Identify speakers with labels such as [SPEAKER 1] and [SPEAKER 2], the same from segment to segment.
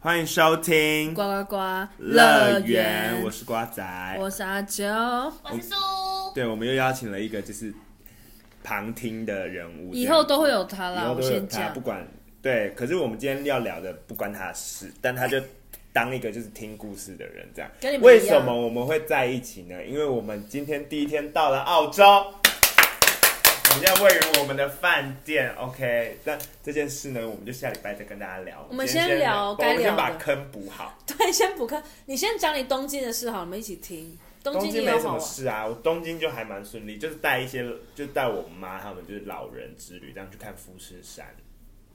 [SPEAKER 1] 欢迎收听
[SPEAKER 2] 呱呱呱
[SPEAKER 1] 乐园，我是瓜仔。
[SPEAKER 2] 我是阿娇，
[SPEAKER 3] 我是苏，
[SPEAKER 1] 对，我们又邀请了一个就是旁听的人物，
[SPEAKER 2] 以后都会有他
[SPEAKER 1] 这
[SPEAKER 2] 啦，
[SPEAKER 1] 样以后
[SPEAKER 2] 我
[SPEAKER 1] 都有
[SPEAKER 2] 先
[SPEAKER 1] 他，
[SPEAKER 2] 讲
[SPEAKER 1] 不。管对。可是我们今天要聊的不关他的事，但他就当一个就是听故事的人这样。
[SPEAKER 2] 跟你们
[SPEAKER 1] 为
[SPEAKER 2] 一
[SPEAKER 1] 什
[SPEAKER 2] 样
[SPEAKER 1] 么我们会在一起呢？因为我们今天第一天到了澳洲，我们要位于我们的饭店，OK。那这件事呢，我们就下礼拜再跟大家聊。
[SPEAKER 2] 我们
[SPEAKER 1] 今天
[SPEAKER 2] 先聊该
[SPEAKER 1] 我们先
[SPEAKER 2] 聊的
[SPEAKER 1] 把坑补好。
[SPEAKER 2] 对，先补课，你先讲你东京的事好，我们一起听。东
[SPEAKER 1] 东
[SPEAKER 2] 京
[SPEAKER 1] 京
[SPEAKER 2] 你
[SPEAKER 1] 没
[SPEAKER 2] 有
[SPEAKER 1] 什
[SPEAKER 2] 好
[SPEAKER 1] 么
[SPEAKER 2] 玩，
[SPEAKER 1] 事啊，我东京就还蛮顺利，就是带一些，就带我妈他们就是老人之旅，这样去看富士山，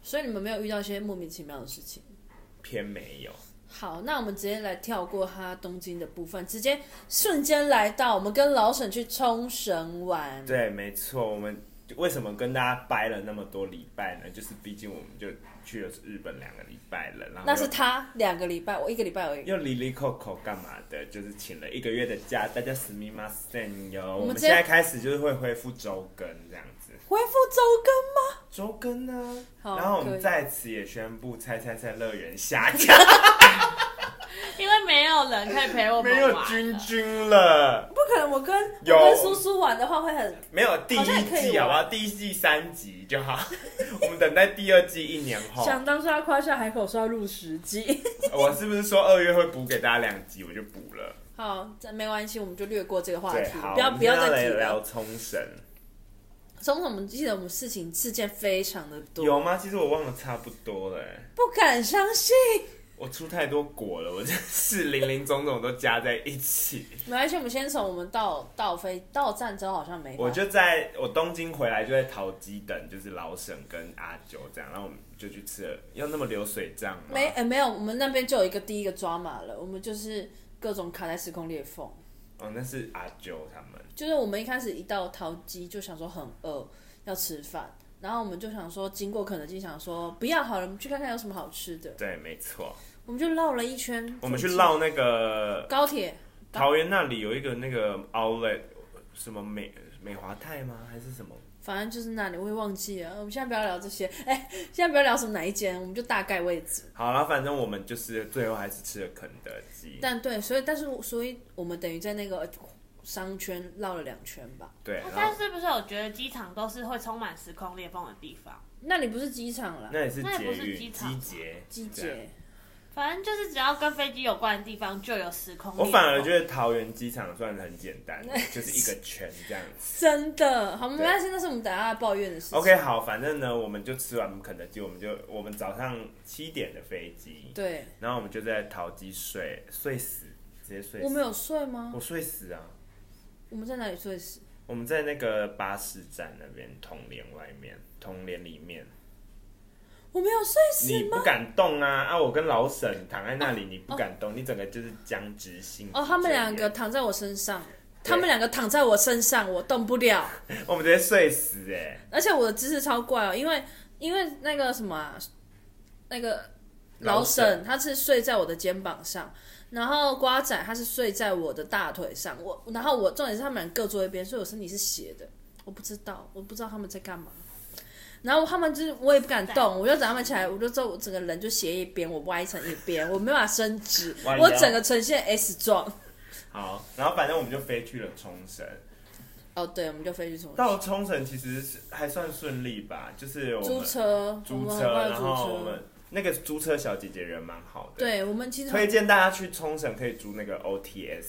[SPEAKER 2] 所以你们没有遇到一些莫名其妙的事情。
[SPEAKER 1] 偏没有。
[SPEAKER 2] 好，那我们直接来跳过他东京的部分，直接瞬间来到我们跟老沈去冲绳玩。
[SPEAKER 1] 对，没错，我们为什么跟大家掰了那么多礼拜呢？就是毕竟我们就去了日本两个礼拜了，然后
[SPEAKER 2] 那
[SPEAKER 1] 又
[SPEAKER 2] 是他两个礼拜，我一个礼拜而已。
[SPEAKER 1] 又离离扣扣干嘛的，就是请了一个月的假，大家死命 m 森哟。我
[SPEAKER 2] 们
[SPEAKER 1] 们
[SPEAKER 2] 直
[SPEAKER 1] 现
[SPEAKER 2] 接
[SPEAKER 1] 在开始就是会恢复周更这样子，
[SPEAKER 2] 恢复周更吗？
[SPEAKER 1] 周更呢、
[SPEAKER 2] 好
[SPEAKER 1] 然后我
[SPEAKER 2] 可
[SPEAKER 1] 们
[SPEAKER 2] 以
[SPEAKER 1] 在此也宣布，猜猜猜乐园 下架。
[SPEAKER 3] 因为没有人可以陪我们
[SPEAKER 1] 没有
[SPEAKER 3] 玩
[SPEAKER 1] 君
[SPEAKER 3] 了
[SPEAKER 1] 君了，
[SPEAKER 2] 不可能，我跟我
[SPEAKER 1] 有
[SPEAKER 2] 跟苏苏玩的话会很
[SPEAKER 1] 没有第一
[SPEAKER 2] 好像也可以
[SPEAKER 1] 季好不好？
[SPEAKER 2] 玩
[SPEAKER 1] 第一季三集就好， 我们等待第二季一年后。
[SPEAKER 2] 想当初他夸下海口说要入十 集。
[SPEAKER 1] 我是不是说二月会补给大家两集，我就补了？
[SPEAKER 2] 好，这没关系，我们就略过这个话
[SPEAKER 1] 对
[SPEAKER 2] 题，，
[SPEAKER 1] 好，
[SPEAKER 2] 不要
[SPEAKER 1] 我们
[SPEAKER 2] 不要
[SPEAKER 1] 现在
[SPEAKER 2] 再提
[SPEAKER 1] 来聊
[SPEAKER 2] 了。
[SPEAKER 1] 冲绳，
[SPEAKER 2] 从我们记得我们事情事件非常的多，
[SPEAKER 1] 有吗？其实我忘了差不多了、欸
[SPEAKER 2] 不敢相信。
[SPEAKER 1] 我出太多国了，我真是零零总总都加在一起。
[SPEAKER 2] 没关系，我们先从我们到到飞到站之后好像没吧。
[SPEAKER 1] 我就在我东京回来就在桃机等，就是老沈跟阿九这样，然后我们就去吃了，要那么流水账吗？
[SPEAKER 2] 没哎、没有，我们那边就有一个第一个抓马了，我们就是各种卡在时空裂缝。
[SPEAKER 1] 哦，那是阿九他们。
[SPEAKER 2] 就是我们一开始一到桃机就想说很饿，要吃饭，然后我们就想说经过肯德基，想说不要好了，我们去看看有什么好吃的。
[SPEAKER 1] 对，没错，
[SPEAKER 2] 我们就绕了一圈，
[SPEAKER 1] 我们去绕那个
[SPEAKER 2] 高铁，
[SPEAKER 1] 桃园那里有一个那个 outlet，什么美美华泰吗？还是什么？
[SPEAKER 2] 反正就是那里，我也忘记了。我们现在不要聊这些， 哎、现在不要聊什么哪一间，我们就大概位置。
[SPEAKER 1] 好了，反正我们就是最后还是吃了肯德基。
[SPEAKER 2] 但对，所以但是所以我们等于在那个商圈绕了两圈吧。
[SPEAKER 1] 对，然
[SPEAKER 3] 但
[SPEAKER 1] 后
[SPEAKER 3] 是不是我觉得机场都是会充满时空裂缝的地方？
[SPEAKER 2] 那里不是机场啦，
[SPEAKER 1] 那也是
[SPEAKER 3] 那也
[SPEAKER 1] 捷
[SPEAKER 3] 不是
[SPEAKER 1] 运
[SPEAKER 3] 机
[SPEAKER 1] 机
[SPEAKER 3] 场啊
[SPEAKER 1] 捷，
[SPEAKER 2] 机
[SPEAKER 1] 对啊
[SPEAKER 2] 姐。
[SPEAKER 3] 反正就是只要跟飞机有关的地方就有时空裂
[SPEAKER 1] 我
[SPEAKER 3] 缝。
[SPEAKER 1] 反而觉得桃园机场算很简 单，就是一个圈这样子。
[SPEAKER 2] 真的好，没关系，那是我们等一下抱怨的事情。
[SPEAKER 1] OK，好，反正呢，我们就吃完肯德基，我们就我们早上七点的飞机，
[SPEAKER 2] 对，
[SPEAKER 1] 然后我们就在桃机睡睡死，直接睡死。
[SPEAKER 2] 我们有睡吗
[SPEAKER 1] 我？睡死啊！
[SPEAKER 2] 我们在哪里睡死？
[SPEAKER 1] 我们在那个巴士站那边，同联外面，同联里面，
[SPEAKER 2] 我没有睡
[SPEAKER 1] 你
[SPEAKER 2] 死
[SPEAKER 1] 不
[SPEAKER 2] 吗？
[SPEAKER 1] 敢动啊！啊，我跟老沈躺在那里，你不敢动，你整个就是僵直性。
[SPEAKER 2] 哦，他们两个，躺在我身上，他们两个躺在我身上，我动不了。
[SPEAKER 1] 我们直接睡死哎、
[SPEAKER 2] 而且我的姿势超怪哦，因为因为那个什么、啊，那个老
[SPEAKER 1] 老
[SPEAKER 2] 沈他是睡在我的肩膀上，然后瓜仔他是睡在我的大腿上，我然后我重点是他们俩各坐一边，所以我身体是斜的，我不知道我不知道他们在干嘛。然后他们就是我也不敢动，我就等他们起来，我就知道我整个人就斜一边，我歪成一边，我没办法伸直，
[SPEAKER 1] 弯腰
[SPEAKER 2] 我整个呈现 S 状。
[SPEAKER 1] 好，然后反正我们就飞去了冲绳。
[SPEAKER 2] 哦，对，我们就飞去什么？
[SPEAKER 1] 到冲绳其实是还算顺利吧，就是我
[SPEAKER 2] 租
[SPEAKER 1] 们
[SPEAKER 2] 车，我
[SPEAKER 1] 租
[SPEAKER 2] 们
[SPEAKER 1] 车，
[SPEAKER 2] 很快
[SPEAKER 1] 然
[SPEAKER 2] 租
[SPEAKER 1] 后我
[SPEAKER 2] 车
[SPEAKER 1] 们。那个租车小姐姐人蛮好的，，
[SPEAKER 2] 对，我们其实
[SPEAKER 1] 推荐大家去冲绳可以租那个 OTS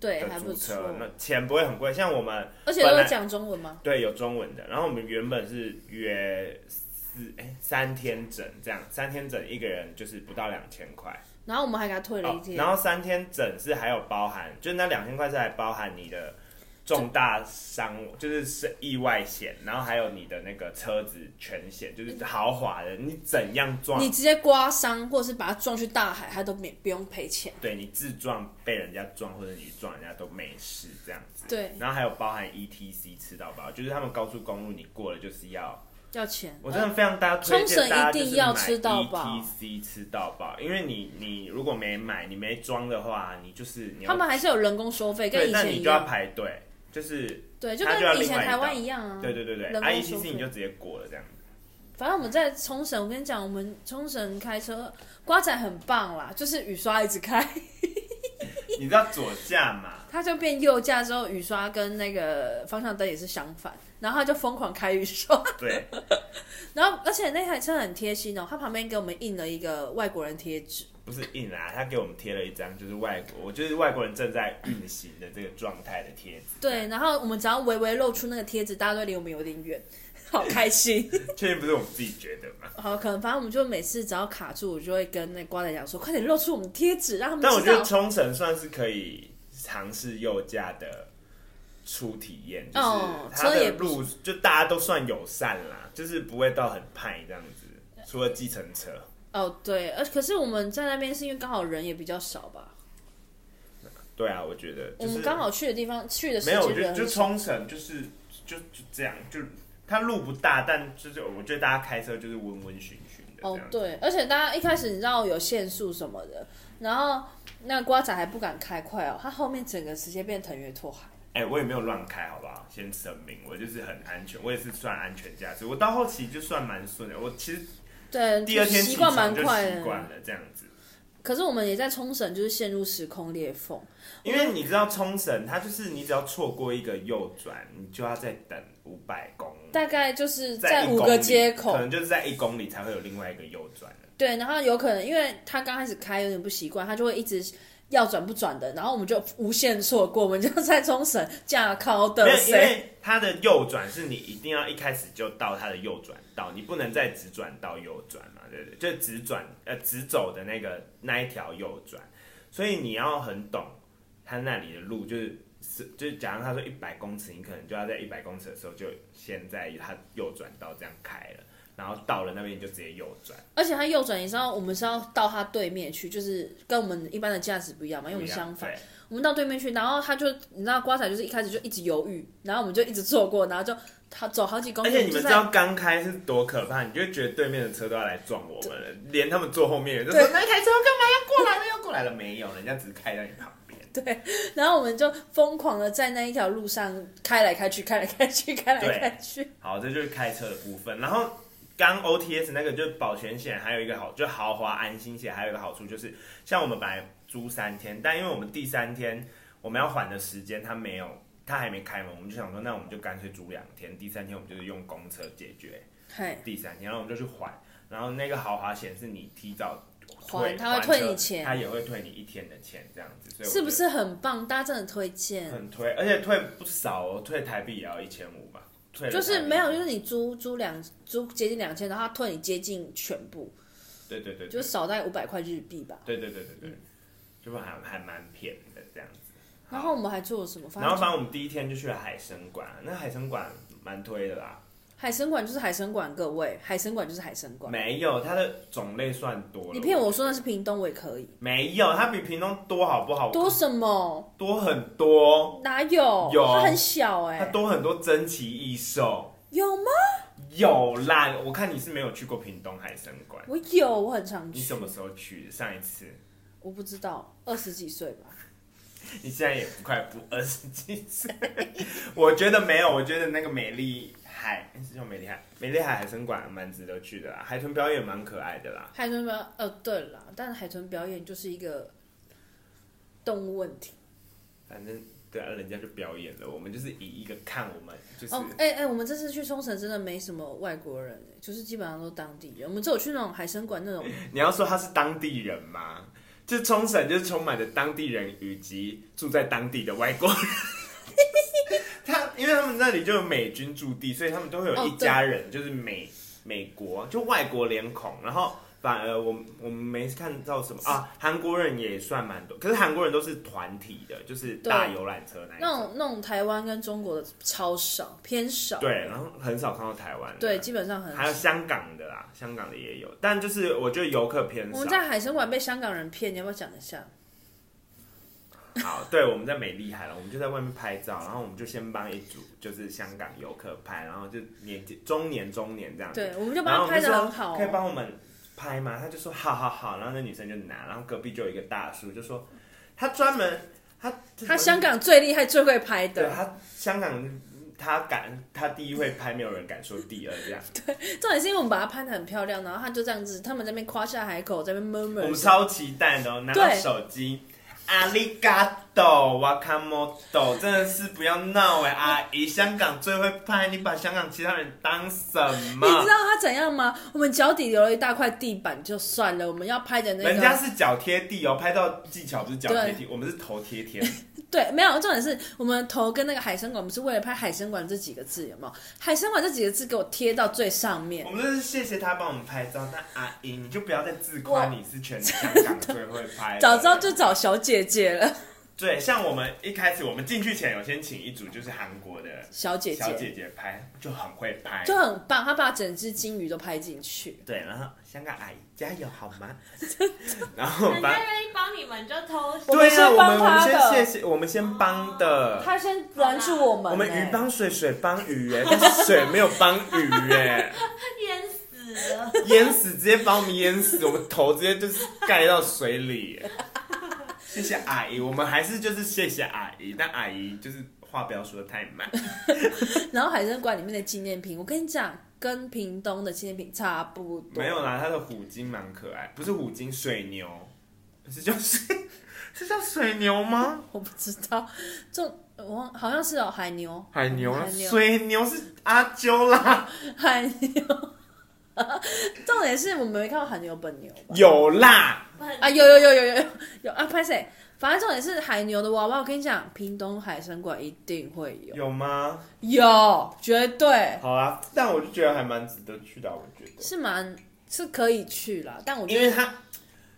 [SPEAKER 2] 对
[SPEAKER 1] 的
[SPEAKER 2] 还不
[SPEAKER 1] 租
[SPEAKER 2] 错，
[SPEAKER 1] 车，那钱不会很贵。像我们
[SPEAKER 2] 而且都会讲中文吗？
[SPEAKER 1] 对有中文的，然后我们原本是约四哎、三天整这样，三天整一个人就是不到两千块，
[SPEAKER 2] 然后我们还给他退了一
[SPEAKER 1] 哦，
[SPEAKER 2] 天，
[SPEAKER 1] 然后三天整是还有包含，就是那两千块是还包含你的重大伤，就是是意外险，然后还有你的那个车子全险，就是豪华的，你怎样撞，
[SPEAKER 2] 你直接刮伤，或者是把他撞去大海，他都免不用赔钱。
[SPEAKER 1] 对你自撞被人家撞或者你撞人家都没事这样子。
[SPEAKER 2] 对，
[SPEAKER 1] 然后还有包含 ETC 吃到饱，就是他们高速公路你过了就是要，
[SPEAKER 2] 要钱。
[SPEAKER 1] 我真的非常大家推
[SPEAKER 2] 冲绳
[SPEAKER 1] 荐
[SPEAKER 2] 一
[SPEAKER 1] 大家就
[SPEAKER 2] 定
[SPEAKER 1] 是
[SPEAKER 2] 要
[SPEAKER 1] 买
[SPEAKER 2] 吃到饱
[SPEAKER 1] ETC 吃到饱，因为你你如果没买你没装的话，你就是你
[SPEAKER 2] 呃
[SPEAKER 1] 要
[SPEAKER 2] 他们还是有人工收费，跟
[SPEAKER 1] 对，
[SPEAKER 2] 以
[SPEAKER 1] 那
[SPEAKER 2] 前一
[SPEAKER 1] 你就要
[SPEAKER 2] 样。
[SPEAKER 1] 排队，就是
[SPEAKER 2] 对，就
[SPEAKER 1] 他就要
[SPEAKER 2] 跟以
[SPEAKER 1] 另
[SPEAKER 2] 前
[SPEAKER 1] 外一
[SPEAKER 2] 台
[SPEAKER 1] 道
[SPEAKER 2] 湾一样啊。
[SPEAKER 1] 对对对对
[SPEAKER 2] 人工
[SPEAKER 1] ，I E C
[SPEAKER 2] 收
[SPEAKER 1] C
[SPEAKER 2] 费
[SPEAKER 1] 你就直接过了这样子。
[SPEAKER 2] 反正我们在冲绳，我跟你讲，我们冲绳开车瓜仔很棒啦，就是雨刷一直开，
[SPEAKER 1] 你知道左驾嘛？
[SPEAKER 2] 他就变右驾之后，雨刷跟那个方向灯也是相反，然后他就疯狂开雨刷，
[SPEAKER 1] 对，
[SPEAKER 2] 然后而且那台车很贴心哦，他旁边给我们印了一个外国人贴纸，
[SPEAKER 1] 不是印啦、他给我们贴了一张就是外国，我就是外国人正在运行的这个状态的贴纸。
[SPEAKER 2] 对，，然后我们只要微微露出那个贴纸，大家都离我们有点远， 好开心。
[SPEAKER 1] 确定不是我们自己觉得吗？
[SPEAKER 2] 好，可能反正我们就每次只要卡住，我就会跟那瓜仔讲说，快点露出我们贴纸，让他们
[SPEAKER 1] 但我
[SPEAKER 2] 知
[SPEAKER 1] 觉得
[SPEAKER 2] 道。
[SPEAKER 1] 冲绳算是可以尝试右驾的初体验，就是
[SPEAKER 2] 哦
[SPEAKER 1] 它
[SPEAKER 2] 车也
[SPEAKER 1] 的
[SPEAKER 2] 不
[SPEAKER 1] 路就大家都算友善啦，就是不会到很派这样子。除了计程车，
[SPEAKER 2] 哦，对，而可是我们在那边是因为刚好人也比较少吧，
[SPEAKER 1] 对啊，我觉得就
[SPEAKER 2] 我
[SPEAKER 1] 是
[SPEAKER 2] 们刚好去的地方去的时
[SPEAKER 1] 没有，我
[SPEAKER 2] 间
[SPEAKER 1] 觉得
[SPEAKER 2] 人
[SPEAKER 1] 就
[SPEAKER 2] 很少。
[SPEAKER 1] 冲绳就是就就这样，就它路不大，但就是我觉得大家开车就是温温驯驯的这
[SPEAKER 2] 哦
[SPEAKER 1] 样，子。
[SPEAKER 2] 对，而且大家一开始你知道有限速什么的，然后那瓜仔还不敢开快哦，他后面整个直接变腾越拓海。
[SPEAKER 1] 哎、我也没有乱开，好不好？先声明，我就是很安全，我也是算安全驾驶。我到后期就算蛮顺的，我其实
[SPEAKER 2] 对，
[SPEAKER 1] 第二天
[SPEAKER 2] 习
[SPEAKER 1] 起
[SPEAKER 2] 惯
[SPEAKER 1] 床
[SPEAKER 2] 蛮
[SPEAKER 1] 就
[SPEAKER 2] 快
[SPEAKER 1] 习
[SPEAKER 2] 的，
[SPEAKER 1] 惯了这样子。
[SPEAKER 2] 可是我们也在冲绳，就是陷入时空裂缝。
[SPEAKER 1] 因为你知道冲绳，它就是你只要错过一个右转，你就要再等五百公里，
[SPEAKER 2] 大概就是
[SPEAKER 1] 在
[SPEAKER 2] 在
[SPEAKER 1] 一
[SPEAKER 2] 五
[SPEAKER 1] 公
[SPEAKER 2] 个
[SPEAKER 1] 里
[SPEAKER 2] 街
[SPEAKER 1] 可
[SPEAKER 2] 口，
[SPEAKER 1] 能就是在一公里才会有另外一个右转了。
[SPEAKER 2] 对，然后有可能因为他刚开始开有点不习惯，他就会一直要转不转的，然后我们就无限错过，我们就在冲绳架靠
[SPEAKER 1] 没
[SPEAKER 2] 的
[SPEAKER 1] 有，因
[SPEAKER 2] 谁？
[SPEAKER 1] 为它的右转是你一定要一开始就到它的右转道，你不能再直转到右转嘛，对不对？就直转呃直走的那个那一条右转，所以你要很懂它那里的路，就是是就是假如他说一百公尺，你可能就要在一百公尺的时候就先在它右转道这样开了，然后到了那边你就直接右转。
[SPEAKER 2] 而且他右转，你知道我们是要到他对面去，就是跟我们一般的驾驶不一样嘛，因为我们相反，
[SPEAKER 1] 对
[SPEAKER 2] 我们到对面去，然后他就你知道瓜仔就是一开始就一直犹豫，然后我们就一直错过，然后就他走好几公里，
[SPEAKER 1] 而且你
[SPEAKER 2] 就
[SPEAKER 1] 们知
[SPEAKER 2] 在
[SPEAKER 1] 道刚开是多可怕，你就会觉得对面的车都要来撞我们了，连他们坐后面的人都说
[SPEAKER 2] 对
[SPEAKER 1] 那一台车干嘛要过来了？要过来了没有？人家只是开在你旁边。
[SPEAKER 2] 然后我们就疯狂的在那一条路上开来开去，开来开去，开来
[SPEAKER 1] 对
[SPEAKER 2] 开去。
[SPEAKER 1] 好，这就是开车的部分。然后刚 OTS 那个就是保全险，还有一个好，就豪华安心险，还有一个好处就是，像我们本来租三天，但因为我们第三天我们要还的时间，它没有，它还没开门，我们就想说，那我们就干脆租两天，第三天我们就是用公车解决
[SPEAKER 2] 嗨，
[SPEAKER 1] 第三天，然后我们就去还。然后那个豪华险是你提早
[SPEAKER 2] 还
[SPEAKER 1] 退，
[SPEAKER 2] 他
[SPEAKER 1] 还
[SPEAKER 2] 会退你
[SPEAKER 1] 车
[SPEAKER 2] 钱
[SPEAKER 1] 他也会退你一天的钱，这样子，所以我
[SPEAKER 2] 是不
[SPEAKER 1] 觉
[SPEAKER 2] 是很棒？大家真的推荐
[SPEAKER 1] 得。很退？而且退不少哦，退台币也要一千五吧。退了
[SPEAKER 2] 就是
[SPEAKER 1] 台币
[SPEAKER 2] 没有，就是你租租两租接近两千，然后他退你接近全部，
[SPEAKER 1] 对对对，对
[SPEAKER 2] 就少在五百块日币吧。
[SPEAKER 1] 对对对对对，就还还蛮便宜的这样子。好
[SPEAKER 2] 然后我们还做了什么？反
[SPEAKER 1] 然后
[SPEAKER 2] 正
[SPEAKER 1] 反正我们第一天就去了海参馆，那海参馆蛮推的啦，
[SPEAKER 2] 海参馆就是海参馆，各位，海参馆就是海参馆。
[SPEAKER 1] 没有它的种类算多了。
[SPEAKER 2] 你骗我说那是屏东，我也可以。
[SPEAKER 1] 没有，它比屏东多好不好？
[SPEAKER 2] 多什么？
[SPEAKER 1] 多很多，
[SPEAKER 2] 哪有？
[SPEAKER 1] 有
[SPEAKER 2] 它很小哎、
[SPEAKER 1] 它多很多珍奇异兽。
[SPEAKER 2] 有吗？
[SPEAKER 1] 有啦，我看你是没有去过屏东海参馆，
[SPEAKER 2] 我有，我很常
[SPEAKER 1] 你
[SPEAKER 2] 去。
[SPEAKER 1] 什么时候去的？上一次？
[SPEAKER 2] 我不知道，二十几岁吧。
[SPEAKER 1] 你现在也不快不二十几岁，我觉得没有，我觉得那个美丽海是叫美丽海，美丽海海参馆蛮值得去的啦，海豚表演蛮可爱的啦。
[SPEAKER 2] 海豚表，呃，对啦，但是海豚表演就是一个动物问题。
[SPEAKER 1] 反正对啊，人家就表演了，我们就是以一个看我们就是、
[SPEAKER 2] 哦，哎、哎、我们这次去冲绳真的没什么外国人、就是基本上都当地人。我们只有去那种海参馆那种，
[SPEAKER 1] 你要说他是当地人吗？就是冲绳就是充满着当地人以及住在当地的外国人。他因为他们那里就有美军驻地，所以他们都会有
[SPEAKER 2] 哦
[SPEAKER 1] 一家人，就是美美国就外国脸孔，然后。反而我们我们没看到什么啊，韩国人也算蛮多，可是韩国人都是团体的，就是大
[SPEAKER 2] 对
[SPEAKER 1] 游览车那一
[SPEAKER 2] 那
[SPEAKER 1] 种，
[SPEAKER 2] 种那种台湾跟中国的超少，偏少。
[SPEAKER 1] 对，然后很少看到台湾的，
[SPEAKER 2] 对，基本上很
[SPEAKER 1] 还有
[SPEAKER 2] 少。
[SPEAKER 1] 香港的啦，香港的也有，但就是我觉得游客偏
[SPEAKER 2] 我
[SPEAKER 1] 少
[SPEAKER 2] 们。在海参馆被香港人骗，你要不要讲一下？
[SPEAKER 1] 好，对，我们在美丽海了，我们就在外面拍照，然后我们就先帮一组就是香港游客拍，然后就年纪中年中年这样子，
[SPEAKER 2] 对，我们就
[SPEAKER 1] 然后我
[SPEAKER 2] 把它
[SPEAKER 1] 们
[SPEAKER 2] 拍
[SPEAKER 1] 就
[SPEAKER 2] 的
[SPEAKER 1] 说
[SPEAKER 2] 很好、
[SPEAKER 1] 可以
[SPEAKER 2] 哦。
[SPEAKER 1] 帮我们拍吗？他就说好好好，然后那女生就拿，然后隔壁就有一个大叔就说他专门他
[SPEAKER 2] 他香港最厉害、最会拍
[SPEAKER 1] 对
[SPEAKER 2] 的，
[SPEAKER 1] 他香港他敢，他第一会拍，没有人敢说第二这样。
[SPEAKER 2] 重点是因为我们把它拍的很漂亮，然后他就这样子，他们在那边夸下海口，在那边 murmur，
[SPEAKER 1] 我们超期待的、哦，拿到
[SPEAKER 2] 对
[SPEAKER 1] 手机。阿里嘎多，瓦卡莫多，真的是不要闹 哎、阿姨，香港最会拍，你把香港其他人当什
[SPEAKER 2] 你知
[SPEAKER 1] 么？
[SPEAKER 2] 道他怎样吗？我们脚底留了一大块地板就算了，我们要拍的那
[SPEAKER 1] 人家
[SPEAKER 2] 个
[SPEAKER 1] 是脚贴地哦，拍到技巧不是脚贴地，我们是头贴 天。
[SPEAKER 2] 对，没有重点是我们头跟那个海参馆，我们是为了拍海参馆这几个字，有没有？海参馆这几个字给我贴到最上面
[SPEAKER 1] 我，们真的是谢谢他帮我们拍照，但阿姨你就不要再自夸
[SPEAKER 2] 我
[SPEAKER 1] 你是全香港最会拍了。
[SPEAKER 2] 早知道就找小姐姐了，
[SPEAKER 1] 对，像我们一开始我们进去前有先请一组就是韩国的
[SPEAKER 2] 小姐
[SPEAKER 1] 小
[SPEAKER 2] 姐
[SPEAKER 1] 姐姐拍，就很会拍。
[SPEAKER 2] 就很棒，她把整只金鱼都拍进去。
[SPEAKER 1] 对，然后香港阿姨加油好 吗？然后
[SPEAKER 3] 人家
[SPEAKER 1] 把
[SPEAKER 3] 愿意帮你们就偷
[SPEAKER 2] 我
[SPEAKER 3] 笑。
[SPEAKER 2] 们
[SPEAKER 1] 对啊，
[SPEAKER 2] 先
[SPEAKER 1] 我
[SPEAKER 2] 帮
[SPEAKER 1] 们我们
[SPEAKER 2] 他的哦
[SPEAKER 1] 先谢谢，我们先帮的。
[SPEAKER 2] 她先拦住我们、
[SPEAKER 1] 呃我们
[SPEAKER 2] 欸
[SPEAKER 1] 鱼帮水，水帮鱼哎，但是水没有帮鱼哎，
[SPEAKER 3] 淹 死了。
[SPEAKER 1] 淹死直接把我们淹死，我们头直接就是盖到水里。 谢谢阿姨，我们还是就是谢谢阿姨，但阿姨就是话不要说得太满。
[SPEAKER 2] 然后海参馆里面的纪念品，我跟你讲，跟屏东的纪念品差不多。
[SPEAKER 1] 没有啦，它的虎鲸蛮可爱，不是虎鲸，水牛，是叫水， 是叫水牛吗？
[SPEAKER 2] 我不知道，这我忘好像是哦，海牛，
[SPEAKER 1] 海牛啦，
[SPEAKER 2] 海牛
[SPEAKER 1] 水牛是阿啾啦，
[SPEAKER 2] 海牛。 重点是我们没看到海牛本牛 吧？
[SPEAKER 1] 有啦，
[SPEAKER 2] 啊，有有有有有有有啊，拍谁？反正重点是海牛的娃娃，我跟你讲，屏东海参馆一定会有，
[SPEAKER 1] 有吗？
[SPEAKER 2] 有绝对
[SPEAKER 1] 好啦，但我就觉得还蛮值得去的啊，我觉得，
[SPEAKER 2] 是蛮是可以去啦，但我觉
[SPEAKER 1] 因
[SPEAKER 2] 得
[SPEAKER 1] 为它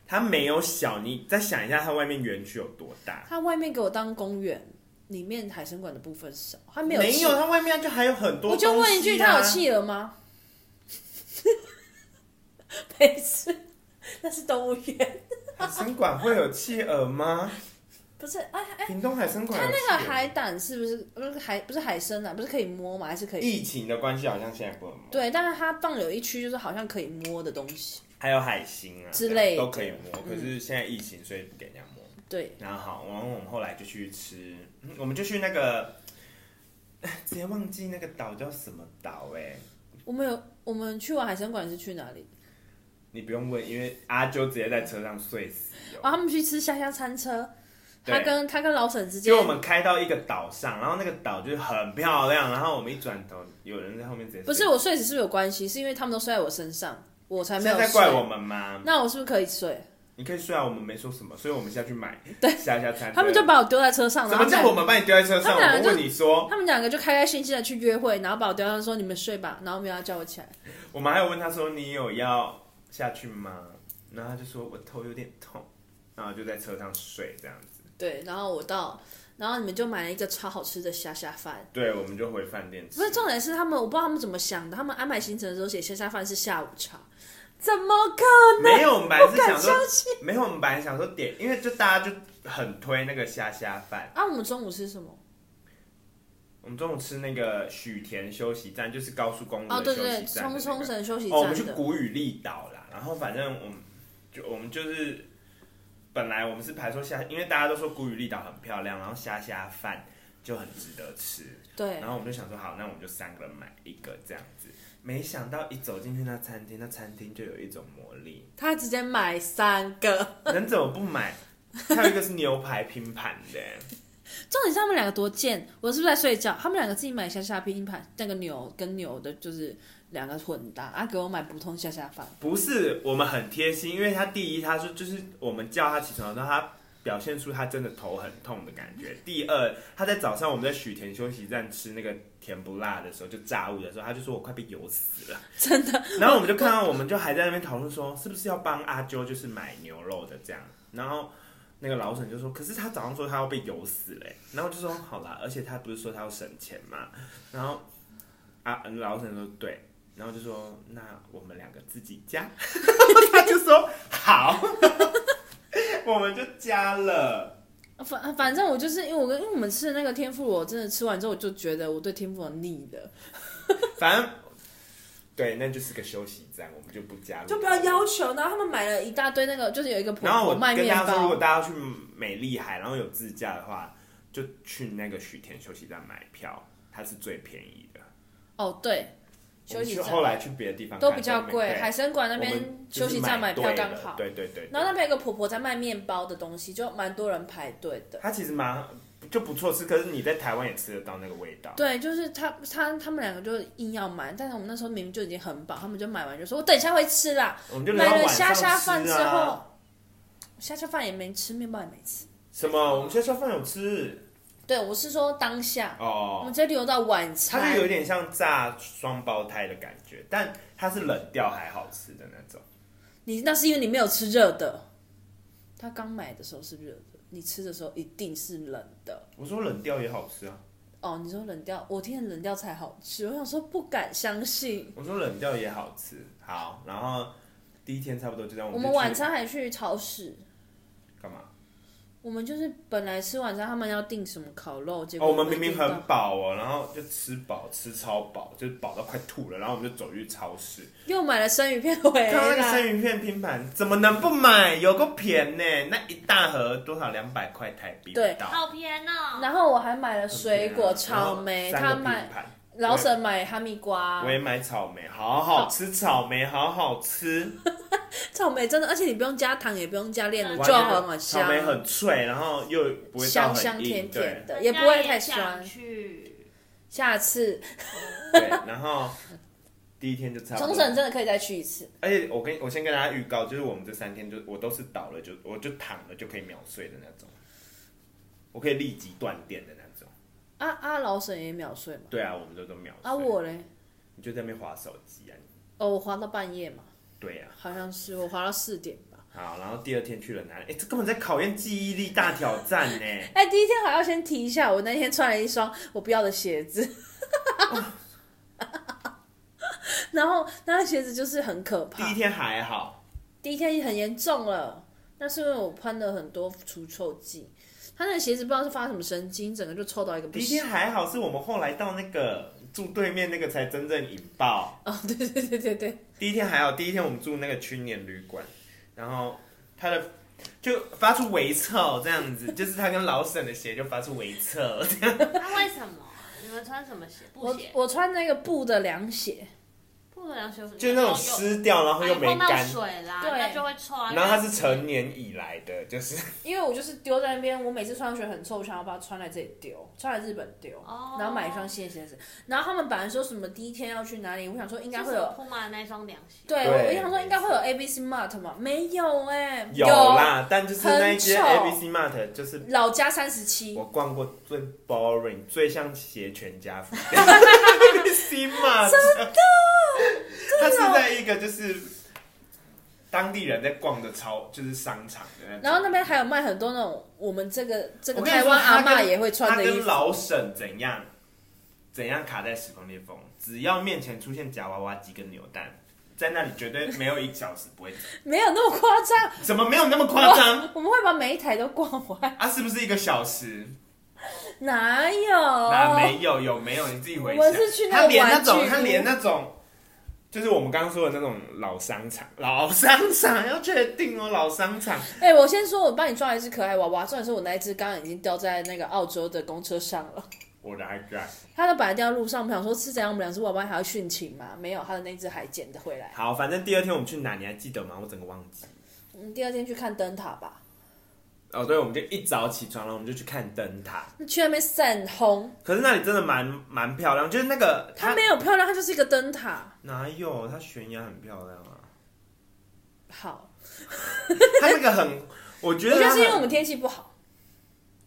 [SPEAKER 1] 它没有小，你再想一下它外面园区有多大，
[SPEAKER 2] 它外面给我当公园，里面海参馆的部分少，它没有
[SPEAKER 1] 没
[SPEAKER 2] 气
[SPEAKER 1] 有，它外面就还有很多、啊
[SPEAKER 2] 我就问一句，他有，气了吗？ 没事，那是动物园，
[SPEAKER 1] 海参馆会有企鹅吗？
[SPEAKER 2] 不是哎哎，
[SPEAKER 1] 屏东海参馆
[SPEAKER 2] 他
[SPEAKER 1] 有企鹅
[SPEAKER 2] 那
[SPEAKER 1] 吗
[SPEAKER 2] 个海胆是不是不是海不是海参啊？不是可以摸吗？还是可以？
[SPEAKER 1] 疫情的关系好像现在不能摸。
[SPEAKER 2] 对，但是它放有一区就是好像可以摸的东西。
[SPEAKER 1] 还有海星啊
[SPEAKER 2] 之类的
[SPEAKER 1] 都可以摸，可是现在疫情，所以不给人家摸。
[SPEAKER 2] 对，
[SPEAKER 1] 然后好，然后我们后来就去吃，嗯我们就去那个， 直接忘记那个岛叫什么岛哎、
[SPEAKER 2] 我们有我们去完海参馆是去哪里？
[SPEAKER 1] 你不用问，因为阿啾直接在车上睡死
[SPEAKER 2] 哦，
[SPEAKER 1] 哦。
[SPEAKER 2] 他们去吃香香餐车，
[SPEAKER 1] 对
[SPEAKER 2] 他跟他跟老沈之间
[SPEAKER 1] 就我，们开到一个岛上，然后那个岛就是很漂亮，然后我们一转头，有人在后面直接
[SPEAKER 2] 不是
[SPEAKER 1] 睡
[SPEAKER 2] 我睡死是不是有关系？是因为他们都睡在我身上，我才
[SPEAKER 1] 现
[SPEAKER 2] 没有
[SPEAKER 1] 在
[SPEAKER 2] 睡。
[SPEAKER 1] 在怪我们吗？
[SPEAKER 2] 那我是不是可以睡？
[SPEAKER 1] 你可以睡啊，我们没说什么，所以我们下去买
[SPEAKER 2] 对
[SPEAKER 1] 下下餐。
[SPEAKER 2] 他们就把我丢在车上，
[SPEAKER 1] 什
[SPEAKER 2] 然
[SPEAKER 1] 么
[SPEAKER 2] 后
[SPEAKER 1] 叫
[SPEAKER 2] 两
[SPEAKER 1] 我们把你丢在车上？
[SPEAKER 2] 他们两
[SPEAKER 1] 我
[SPEAKER 2] 个
[SPEAKER 1] 们
[SPEAKER 2] 就
[SPEAKER 1] 问你说，
[SPEAKER 2] 他们两个就开开心心的去约会，然后把我丢上说你们睡吧，然后没有要叫我起来。
[SPEAKER 1] 我们还有问他说你有要下去吗？然后他就说我头有点痛，然后就在车上睡这样子。
[SPEAKER 2] 对，然后我到，然后你们就买了一个超好吃的虾虾饭。
[SPEAKER 1] 对，我们就回饭店吃。
[SPEAKER 2] 不是重点是他们，我不知道他们怎么想的，他们安排行程的时候写虾虾饭是下午茶，怎么可
[SPEAKER 1] 没有，我们本来是
[SPEAKER 2] 哦敢
[SPEAKER 1] 想
[SPEAKER 2] 相
[SPEAKER 1] 说
[SPEAKER 2] 信？
[SPEAKER 1] 没有，我们本来想说点，因为就大家就很推那个虾虾饭。
[SPEAKER 2] 啊，我们中午吃什么？
[SPEAKER 1] 我们中午吃那个许田休息站，就是高速公路
[SPEAKER 2] 哦，
[SPEAKER 1] 的
[SPEAKER 2] 对
[SPEAKER 1] 休
[SPEAKER 2] 对对，
[SPEAKER 1] 息站的那个、
[SPEAKER 2] 冲冲绳休息
[SPEAKER 1] 哦，我们
[SPEAKER 2] 站
[SPEAKER 1] 去
[SPEAKER 2] 的。
[SPEAKER 1] 古雨力岛啦，然后反正我们就我们就是本来我们是排说虾，因为大家都说古雨力岛很漂亮，然后虾虾饭就很值得吃，
[SPEAKER 2] 对
[SPEAKER 1] 然，后我们就想说好，那我们就三个人买一个这样子。没想到一走进去那餐厅，那餐厅就有一种魔力，
[SPEAKER 2] 他直接买三个，
[SPEAKER 1] 能怎么不买？ 还有一个是牛排拼盘的、
[SPEAKER 2] 重点是他们两个多贱，我是不是在睡觉？他们两个自己买虾虾拼盘，那个牛跟牛的就是两个混搭，啊，给我买普通虾虾饭。
[SPEAKER 1] 不是我们很贴心，因为他第一，他说就是我们叫他起床的时候，他表现出他真的头很痛的感觉。第二，他在早上我们在许田休息站吃那个甜不辣的时候，就炸物的时候，他就说我快被油死了，真的。然后我们就看到，我们就还在那边讨论说，是不是要帮阿啾就是买牛肉的这样。然后那个老沈就说，可是他早上说他要被油死嘞、然后就说好啦，而且他不是说他要省钱嘛，然后啊老沈说对。然后就说那我们两个自己加， 他就说好， 我们就加了。
[SPEAKER 2] 啊反反正我就是因为我跟因为我们吃的那个天妇罗，真的吃完之后我就觉得我对天妇罗腻了，
[SPEAKER 1] 反正对，那就是个休息站，我们就不加入。
[SPEAKER 2] 就不要要求。然后他们买了一大堆那个，就是有一个婆
[SPEAKER 1] 然后
[SPEAKER 2] 婆
[SPEAKER 1] 我
[SPEAKER 2] 卖
[SPEAKER 1] 跟
[SPEAKER 2] 面
[SPEAKER 1] 大家说，如果
[SPEAKER 2] 包，
[SPEAKER 1] 大家要去美丽海，然后有自驾的话，就去那个许田休息站买票，它它是最便宜的。
[SPEAKER 2] 哦，对，
[SPEAKER 1] 我
[SPEAKER 2] 休
[SPEAKER 1] 们
[SPEAKER 2] 息
[SPEAKER 1] 去
[SPEAKER 2] 站
[SPEAKER 1] 后来去别的地方
[SPEAKER 2] 都
[SPEAKER 1] 看
[SPEAKER 2] 比较
[SPEAKER 1] 没
[SPEAKER 2] 贵，
[SPEAKER 1] 对
[SPEAKER 2] 海参馆那
[SPEAKER 1] 我
[SPEAKER 2] 边
[SPEAKER 1] 们就
[SPEAKER 2] 休
[SPEAKER 1] 是
[SPEAKER 2] 息站
[SPEAKER 1] 买
[SPEAKER 2] 买票
[SPEAKER 1] 对
[SPEAKER 2] 刚
[SPEAKER 1] 了
[SPEAKER 2] 好。
[SPEAKER 1] 对对对。
[SPEAKER 2] 然后那边有一个婆婆在卖面包的东西，就蛮多人排队的。
[SPEAKER 1] 它其实蛮就不错吃，可是你在台湾也吃得到那个味道。
[SPEAKER 2] 对，就是他他他们两个就硬要买，但是我们那时候明明就已经很饱，他们就买完就说：“我等一下会吃啦。
[SPEAKER 1] 我们就”聊到
[SPEAKER 2] 买了
[SPEAKER 1] 晚上
[SPEAKER 2] 虾虾
[SPEAKER 1] 吃
[SPEAKER 2] 饭之
[SPEAKER 1] 啊
[SPEAKER 2] 后，虾虾饭也没吃，面包也没吃。
[SPEAKER 1] 什么？我们虾虾饭有吃
[SPEAKER 2] 对，我是说当下，我
[SPEAKER 1] 哦，
[SPEAKER 2] 们直接留到晚餐。
[SPEAKER 1] 它就有点像炸双胞胎的感觉，但它是冷掉还好吃的那种。
[SPEAKER 2] 你那是因为你没有吃热的，他刚买的时候是热的，你吃的时候一定是冷的。
[SPEAKER 1] 我说冷掉也好吃啊，
[SPEAKER 2] 哦，你说冷掉，我听冷掉才好吃，我想说不敢相信。
[SPEAKER 1] 我说冷掉也好吃。好，然后第一天差不多就这样。
[SPEAKER 2] 我
[SPEAKER 1] 就
[SPEAKER 2] 们
[SPEAKER 1] 去
[SPEAKER 2] 晚餐还去超市，
[SPEAKER 1] 干嘛？
[SPEAKER 2] 我们就是本来吃晚餐，他们要订什么烤肉，结
[SPEAKER 1] 哦，
[SPEAKER 2] 果
[SPEAKER 1] 我们明明
[SPEAKER 2] 订到
[SPEAKER 1] 很饱哦，然后就吃饱，吃超饱，就是饱到快吐了，然后我们就走去超市，
[SPEAKER 2] 又买了生鱼片回
[SPEAKER 1] 看到那个
[SPEAKER 2] 来，
[SPEAKER 1] 生鱼片拼盘，怎么能不买？有个便宜呢，那一大盒多少？两百块台币不
[SPEAKER 2] 对
[SPEAKER 1] 到。
[SPEAKER 3] 好偏哦。
[SPEAKER 2] 然后我还买了
[SPEAKER 1] 很
[SPEAKER 2] 水
[SPEAKER 1] 便宜啊
[SPEAKER 2] 果、
[SPEAKER 1] 然后
[SPEAKER 2] 草莓，
[SPEAKER 1] 三
[SPEAKER 2] 他
[SPEAKER 1] 个拼
[SPEAKER 2] 买
[SPEAKER 1] 盘
[SPEAKER 2] 老沈买哈密瓜
[SPEAKER 1] 我，也买草莓，好好吃，草莓好好吃，
[SPEAKER 2] 草莓真的，而且你不用加糖，也不用加炼乳，
[SPEAKER 3] 嗯
[SPEAKER 2] 就很啊香
[SPEAKER 1] 草，莓很脆，然后又不会到
[SPEAKER 2] 香
[SPEAKER 1] 很
[SPEAKER 2] 香甜
[SPEAKER 1] 硬
[SPEAKER 2] 甜的，
[SPEAKER 3] 人
[SPEAKER 2] 也
[SPEAKER 3] 家
[SPEAKER 2] 不会太
[SPEAKER 3] 想
[SPEAKER 2] 酸。
[SPEAKER 3] 去
[SPEAKER 2] 下次
[SPEAKER 1] 对对，然后第一天就差不
[SPEAKER 2] 冲
[SPEAKER 1] 多。
[SPEAKER 2] 绳真的可以再去一次。
[SPEAKER 1] 而且我跟我先跟大家预告，就是我们这三天就我都是倒了就我就躺了就可以秒睡的那种，我可以立即断电的那种。
[SPEAKER 2] 啊啊，老沈也秒睡嘛。
[SPEAKER 1] 对啊，我们都都秒睡。
[SPEAKER 2] 啊，我嘞，
[SPEAKER 1] 你就在那边划手机啊？你
[SPEAKER 2] 哦，我滑到半夜嘛，
[SPEAKER 1] 对啊。
[SPEAKER 2] 好像是我滑到四点吧。
[SPEAKER 1] 好，然后第二天去了哪里？哎、这根本在考验记忆力大挑战呢、
[SPEAKER 2] 哎、第一天还要先提一下，我那天穿了一双我不要的鞋子， 然后那个鞋子就是很可 怕。
[SPEAKER 1] 第一天还好，
[SPEAKER 2] 第一天很严重了，那是因为我喷了很多除臭剂。他那个鞋子不知道是发什么神经，整个就臭到一个不
[SPEAKER 1] 第一
[SPEAKER 2] 行
[SPEAKER 1] 天。还好，是我们后来到那个住对面那个才真正引爆。
[SPEAKER 2] 哦，对对对对对，
[SPEAKER 1] 第一天还好，第一天我们住那个青年旅馆，然后他的就发出微臭这样子，就是他跟老沈的鞋就发出微臭，
[SPEAKER 3] 那为什么？你们穿什么鞋？布
[SPEAKER 2] 我
[SPEAKER 3] 鞋？
[SPEAKER 2] 我穿那个布的凉鞋，
[SPEAKER 3] 布的凉鞋？
[SPEAKER 1] 就是那种
[SPEAKER 3] 有，
[SPEAKER 1] 湿掉然后又没
[SPEAKER 3] 碰到
[SPEAKER 1] 干，
[SPEAKER 3] 水啦，
[SPEAKER 2] 对
[SPEAKER 3] 那就会臭啊。
[SPEAKER 1] 然后它是成年以来的，就是
[SPEAKER 2] 因为我就是丢在那边，我每次穿到觉得很臭，我想要把它穿来这里丢，穿来日本丢，
[SPEAKER 3] 哦
[SPEAKER 2] 然后买一双新的鞋子。然后他们本来说什么第一天要去哪里，我想说应
[SPEAKER 3] 应
[SPEAKER 2] 该会有，
[SPEAKER 3] 铺满那双凉鞋。
[SPEAKER 2] 对
[SPEAKER 1] 对
[SPEAKER 2] 我想说应该会有 A B C Mart 嘛，没有哎、
[SPEAKER 1] 有啦，但就是那一些
[SPEAKER 2] 很臭
[SPEAKER 1] A B C Mart 就是。
[SPEAKER 2] 老家三十七
[SPEAKER 1] 我，逛过最 boring、最像鞋全家 福，A B C Mart，它是在一个就是当地人在逛的超，就是商场的那种。
[SPEAKER 2] 然后那边还有卖很多那种我们这个这个
[SPEAKER 1] 我跟你
[SPEAKER 2] 台
[SPEAKER 1] 说
[SPEAKER 2] 湾阿
[SPEAKER 1] 他
[SPEAKER 2] 嬷
[SPEAKER 1] 跟
[SPEAKER 2] 也会穿
[SPEAKER 1] 他
[SPEAKER 2] 的衣
[SPEAKER 1] 跟
[SPEAKER 2] 服。
[SPEAKER 1] 老沈怎样怎样卡在时空裂缝，只要面前出现夹娃娃机跟扭蛋，在那里绝对没有一小时不会走。
[SPEAKER 2] 没有那么夸张，
[SPEAKER 1] 怎么没有那么夸 张？
[SPEAKER 2] 我们会把每一台都逛完，
[SPEAKER 1] 啊，是不是一个小时？
[SPEAKER 2] 哪有？
[SPEAKER 1] 哪没有？有没有？你自己回想。
[SPEAKER 2] 哦我是去那个
[SPEAKER 1] 他连那
[SPEAKER 2] 玩
[SPEAKER 1] 种，
[SPEAKER 2] 具
[SPEAKER 1] 他连那种。就是我们刚刚说的那种老商场，老商场要确定哦，老商场。
[SPEAKER 2] 哎、我先说，我帮你抓了一只可爱娃娃，重点是我那一只刚刚已经掉在那个澳洲的公车上了。
[SPEAKER 1] 我的 iPad，
[SPEAKER 2] 它的本来掉在路上，我们想说是怎样，我们两只娃娃还要殉情吗？没有，它的那只还捡得回来。
[SPEAKER 1] 好，反正第二天我们去哪，你还记得吗？我整个忘记。
[SPEAKER 2] 我们嗯第二天去看灯塔吧，
[SPEAKER 1] 哦，对，我们就一早起床了，我们就去看灯塔。
[SPEAKER 2] 去那边散红，
[SPEAKER 1] 可是那里真的蛮蛮漂亮，就是那个
[SPEAKER 2] 它没有漂亮，它就是一个灯塔。
[SPEAKER 1] 哪有它悬崖很漂亮啊，
[SPEAKER 2] 好，
[SPEAKER 1] 它那个很，我觉
[SPEAKER 2] 我
[SPEAKER 1] 得
[SPEAKER 2] 觉得
[SPEAKER 1] 它
[SPEAKER 2] 是因为
[SPEAKER 1] 很
[SPEAKER 2] 我们天气不好，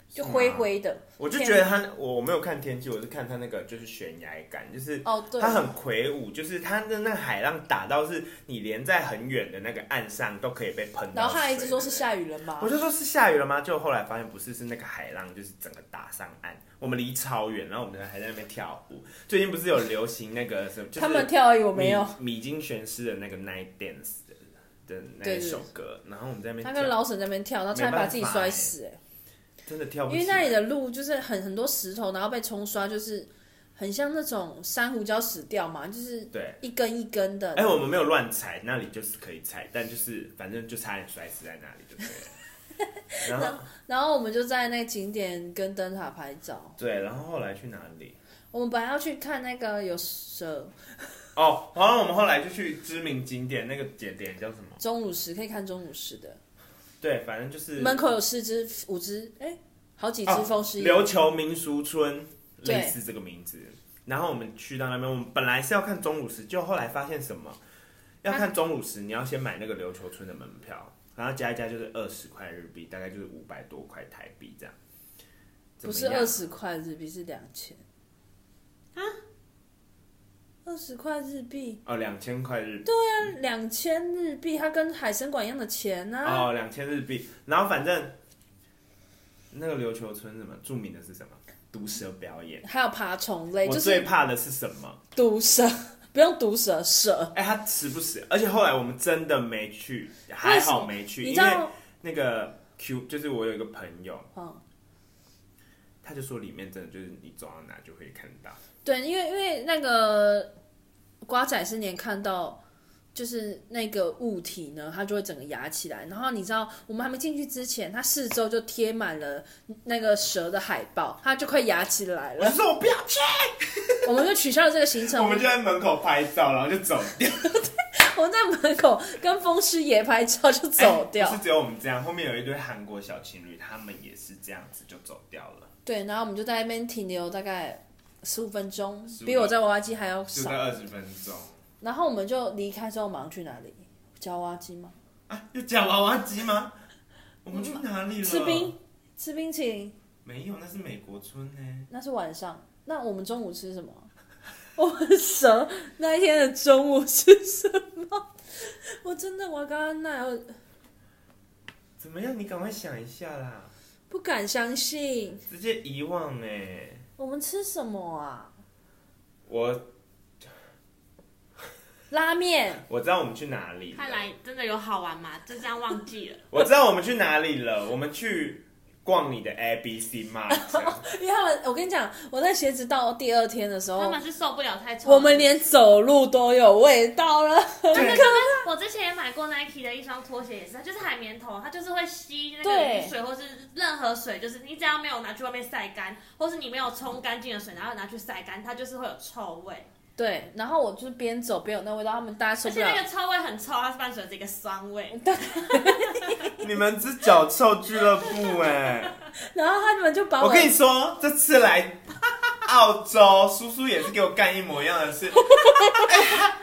[SPEAKER 2] 就灰灰的。
[SPEAKER 1] 我就觉得它我我没有看天气，我是看它那个就是悬崖感，就是
[SPEAKER 2] 哦，对，
[SPEAKER 1] 它很魁梧，就是它的那个海浪打到是你连在很远的那个岸上都可以被喷到水。
[SPEAKER 2] 然后他还一直说是下雨了吗
[SPEAKER 1] 我？就说是下雨了吗？就后来发现不是，是那个海浪就是整个打上岸，我们离超远，然后我们还在那边跳舞。最近不是有流行那个什么？就是、
[SPEAKER 2] 他们跳而已，我没有。
[SPEAKER 1] 米米津玄师的那个 Night Dance 的的那
[SPEAKER 2] 对
[SPEAKER 1] 一
[SPEAKER 2] 对
[SPEAKER 1] 首歌，然后我们在那
[SPEAKER 2] 他
[SPEAKER 1] 边
[SPEAKER 2] 跟
[SPEAKER 1] 跳，
[SPEAKER 2] 老沈在那边跳，然后差点把自己摔死、哎
[SPEAKER 1] 真的欸跳不欸
[SPEAKER 2] 因为
[SPEAKER 1] 起
[SPEAKER 2] 那
[SPEAKER 1] 来
[SPEAKER 2] 里的路就是很很多石头，然后被冲刷，就是很像那种珊瑚礁死掉嘛，就是
[SPEAKER 1] 对，
[SPEAKER 2] 一根一根的。
[SPEAKER 1] 哎、我们没有乱踩，那里就是可以踩，但就是反正就差点摔死在那里就对了。 然后
[SPEAKER 2] 然后我们就在那个景点跟灯塔拍照。
[SPEAKER 1] 对，然后后来去哪里？
[SPEAKER 2] 我们本来要去看那个有蛇，
[SPEAKER 1] 哦，然后我们后来就去知名景点，那个景点叫什么？
[SPEAKER 2] 钟乳石可以看钟乳石的，
[SPEAKER 1] 对，反正就是
[SPEAKER 2] 门口有四只、五只，哎、好几只
[SPEAKER 1] 哦
[SPEAKER 2] 风狮
[SPEAKER 1] 琉
[SPEAKER 2] 鹰。
[SPEAKER 1] 球民俗村，
[SPEAKER 2] 对
[SPEAKER 1] 类似这个名字。然后我们去到那边，我们本来是要看钟乳石，就后来发现什么，要看钟乳石，你要先买那个琉球村的门票，然后加一加就是二十块日币，大概就是五百多块台币这样。怎
[SPEAKER 2] 不
[SPEAKER 1] 么
[SPEAKER 2] 是
[SPEAKER 1] 样
[SPEAKER 2] 二，十块日币，是两千。啊？二十块日币，
[SPEAKER 1] 哦，两千块日币，
[SPEAKER 2] 两千日币，它跟海参馆一样的钱呢、啊。
[SPEAKER 1] 哦，两千日币。然后反正那个琉球村什么著名的是什么？毒蛇表演。
[SPEAKER 2] 还有爬虫类，
[SPEAKER 1] 我
[SPEAKER 2] 就
[SPEAKER 1] 最
[SPEAKER 2] 是
[SPEAKER 1] 怕的是什么？
[SPEAKER 2] 毒蛇，不用毒蛇，蛇。
[SPEAKER 1] 哎、他死不死？而且后来我们真的没去，还好没去，
[SPEAKER 2] 你
[SPEAKER 1] 因
[SPEAKER 2] 知
[SPEAKER 1] 为
[SPEAKER 2] 道，
[SPEAKER 1] 那个 Q 就是我有一个朋友，
[SPEAKER 2] 嗯，
[SPEAKER 1] 他就说里面真的就是你走到哪就会看到，
[SPEAKER 2] 对，因为因为那个瓜仔是连看到。就是那个物体呢，它就会整个压起来。然后你知道，我们还没进去之前，它四周就贴满了那个蛇的海报，它就快压起来
[SPEAKER 1] 我就
[SPEAKER 2] 了。
[SPEAKER 1] 说我不要去，
[SPEAKER 2] 我们就取消了这个行程，
[SPEAKER 1] 我们就在门口拍照，然后就走掉，
[SPEAKER 2] 我们在门口跟风师爷拍照就 走掉。
[SPEAKER 1] 哎不是只有我们这样，后面有一对韩国小情侣，他们也是这样子就走掉了，
[SPEAKER 2] 对，然后我们就在那边停留大概十五分钟
[SPEAKER 1] 15，
[SPEAKER 2] 比我在娃娃机还要
[SPEAKER 1] 就
[SPEAKER 2] 少
[SPEAKER 1] 在。二十分钟
[SPEAKER 2] 然后我们就离开之后，马上去哪里？夹娃娃机吗？
[SPEAKER 1] 啊，又讲娃娃机吗？我们去哪里了？
[SPEAKER 2] 吃冰，吃冰淇淋，
[SPEAKER 1] 没有，那是美国村呢、
[SPEAKER 2] 那是晚上。那我们中午吃 什么？我很熟那一天的中午吃什么？ 我真的我刚刚那我
[SPEAKER 1] 怎么样？你赶快想一下啦，
[SPEAKER 2] 不敢相信，
[SPEAKER 1] 直接遗忘哎、
[SPEAKER 2] 我们吃什么啊？
[SPEAKER 1] 我
[SPEAKER 2] 拉面，
[SPEAKER 1] 我知道我们去哪里了，
[SPEAKER 3] 看来真的有好玩吗？就这样忘 记了。
[SPEAKER 1] 我知道我们去哪里了，我们去逛你的 A B C Mart，
[SPEAKER 2] 因为他们，我跟你讲，我在鞋子到第二天的时
[SPEAKER 3] 他
[SPEAKER 2] 候
[SPEAKER 3] 们，是受不了太臭
[SPEAKER 2] 哦
[SPEAKER 3] 了。
[SPEAKER 2] 我们连走路都有味道了。
[SPEAKER 1] 对
[SPEAKER 3] 我之前也买过 Nike 的一双拖鞋，也是，它就是海绵头，它就是会吸那个
[SPEAKER 2] 对
[SPEAKER 3] 雨水或是任何水，就是你只要没有拿去外面晒干，或是你没有冲干净的水，然后拿去晒干，它就是会有臭味，
[SPEAKER 2] 对，然后我就是边走边有那味道，他们大家受
[SPEAKER 3] 而
[SPEAKER 2] 不
[SPEAKER 3] 且
[SPEAKER 2] 了
[SPEAKER 3] 那。个臭味很臭，它是伴随着一个酸味。
[SPEAKER 1] 你们是脚臭俱乐部哎、
[SPEAKER 2] 然后他们就把
[SPEAKER 1] 我
[SPEAKER 2] 我
[SPEAKER 1] 跟你说，这次来澳洲，叔叔也是给我干一模一样的 事，哎他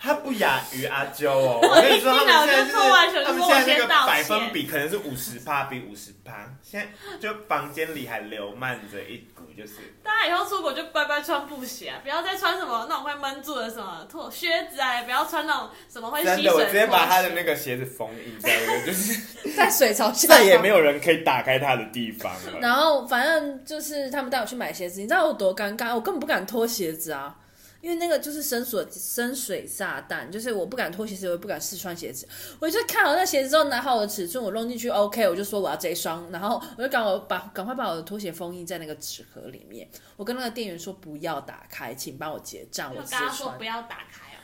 [SPEAKER 1] 他不亚于阿啾 哦，我跟你说，他们现在就是
[SPEAKER 3] 我一听到我就说完全
[SPEAKER 1] 他们现在那
[SPEAKER 3] 我
[SPEAKER 1] 个
[SPEAKER 3] 先道歉
[SPEAKER 1] 百分比可能是五十趴比五十趴，现在就房间里还流漫着一股就是
[SPEAKER 3] 大家以后出国就乖乖穿布鞋、啊，不要再穿什么那种会闷住的什么拖靴子啊，也不要穿那种什么会吸
[SPEAKER 1] 真
[SPEAKER 3] 水
[SPEAKER 1] 的，我
[SPEAKER 3] 拖鞋。
[SPEAKER 1] 直接把他的那个鞋子封印在我就是。
[SPEAKER 2] 在水槽下，
[SPEAKER 1] 再也没。有人可以打开它的地方了。
[SPEAKER 2] 然后反正就是他们带我去买鞋子，你知道我多尴尬，我根本不敢脱鞋子啊，因为那个就是深水深水炸弹，就是我不敢脱鞋子，我也不敢试穿鞋子。我就看好那鞋子之后，拿好我的尺寸，我弄进去 OK，我就说我要这一双，然后我就赶我把赶快把我的拖鞋封印在那个纸盒里面。我跟那个店员说不要打开，请帮我结账，
[SPEAKER 3] 就
[SPEAKER 2] 我
[SPEAKER 3] 跟
[SPEAKER 2] 试
[SPEAKER 3] 他说
[SPEAKER 2] 穿
[SPEAKER 3] 不。要打开哦、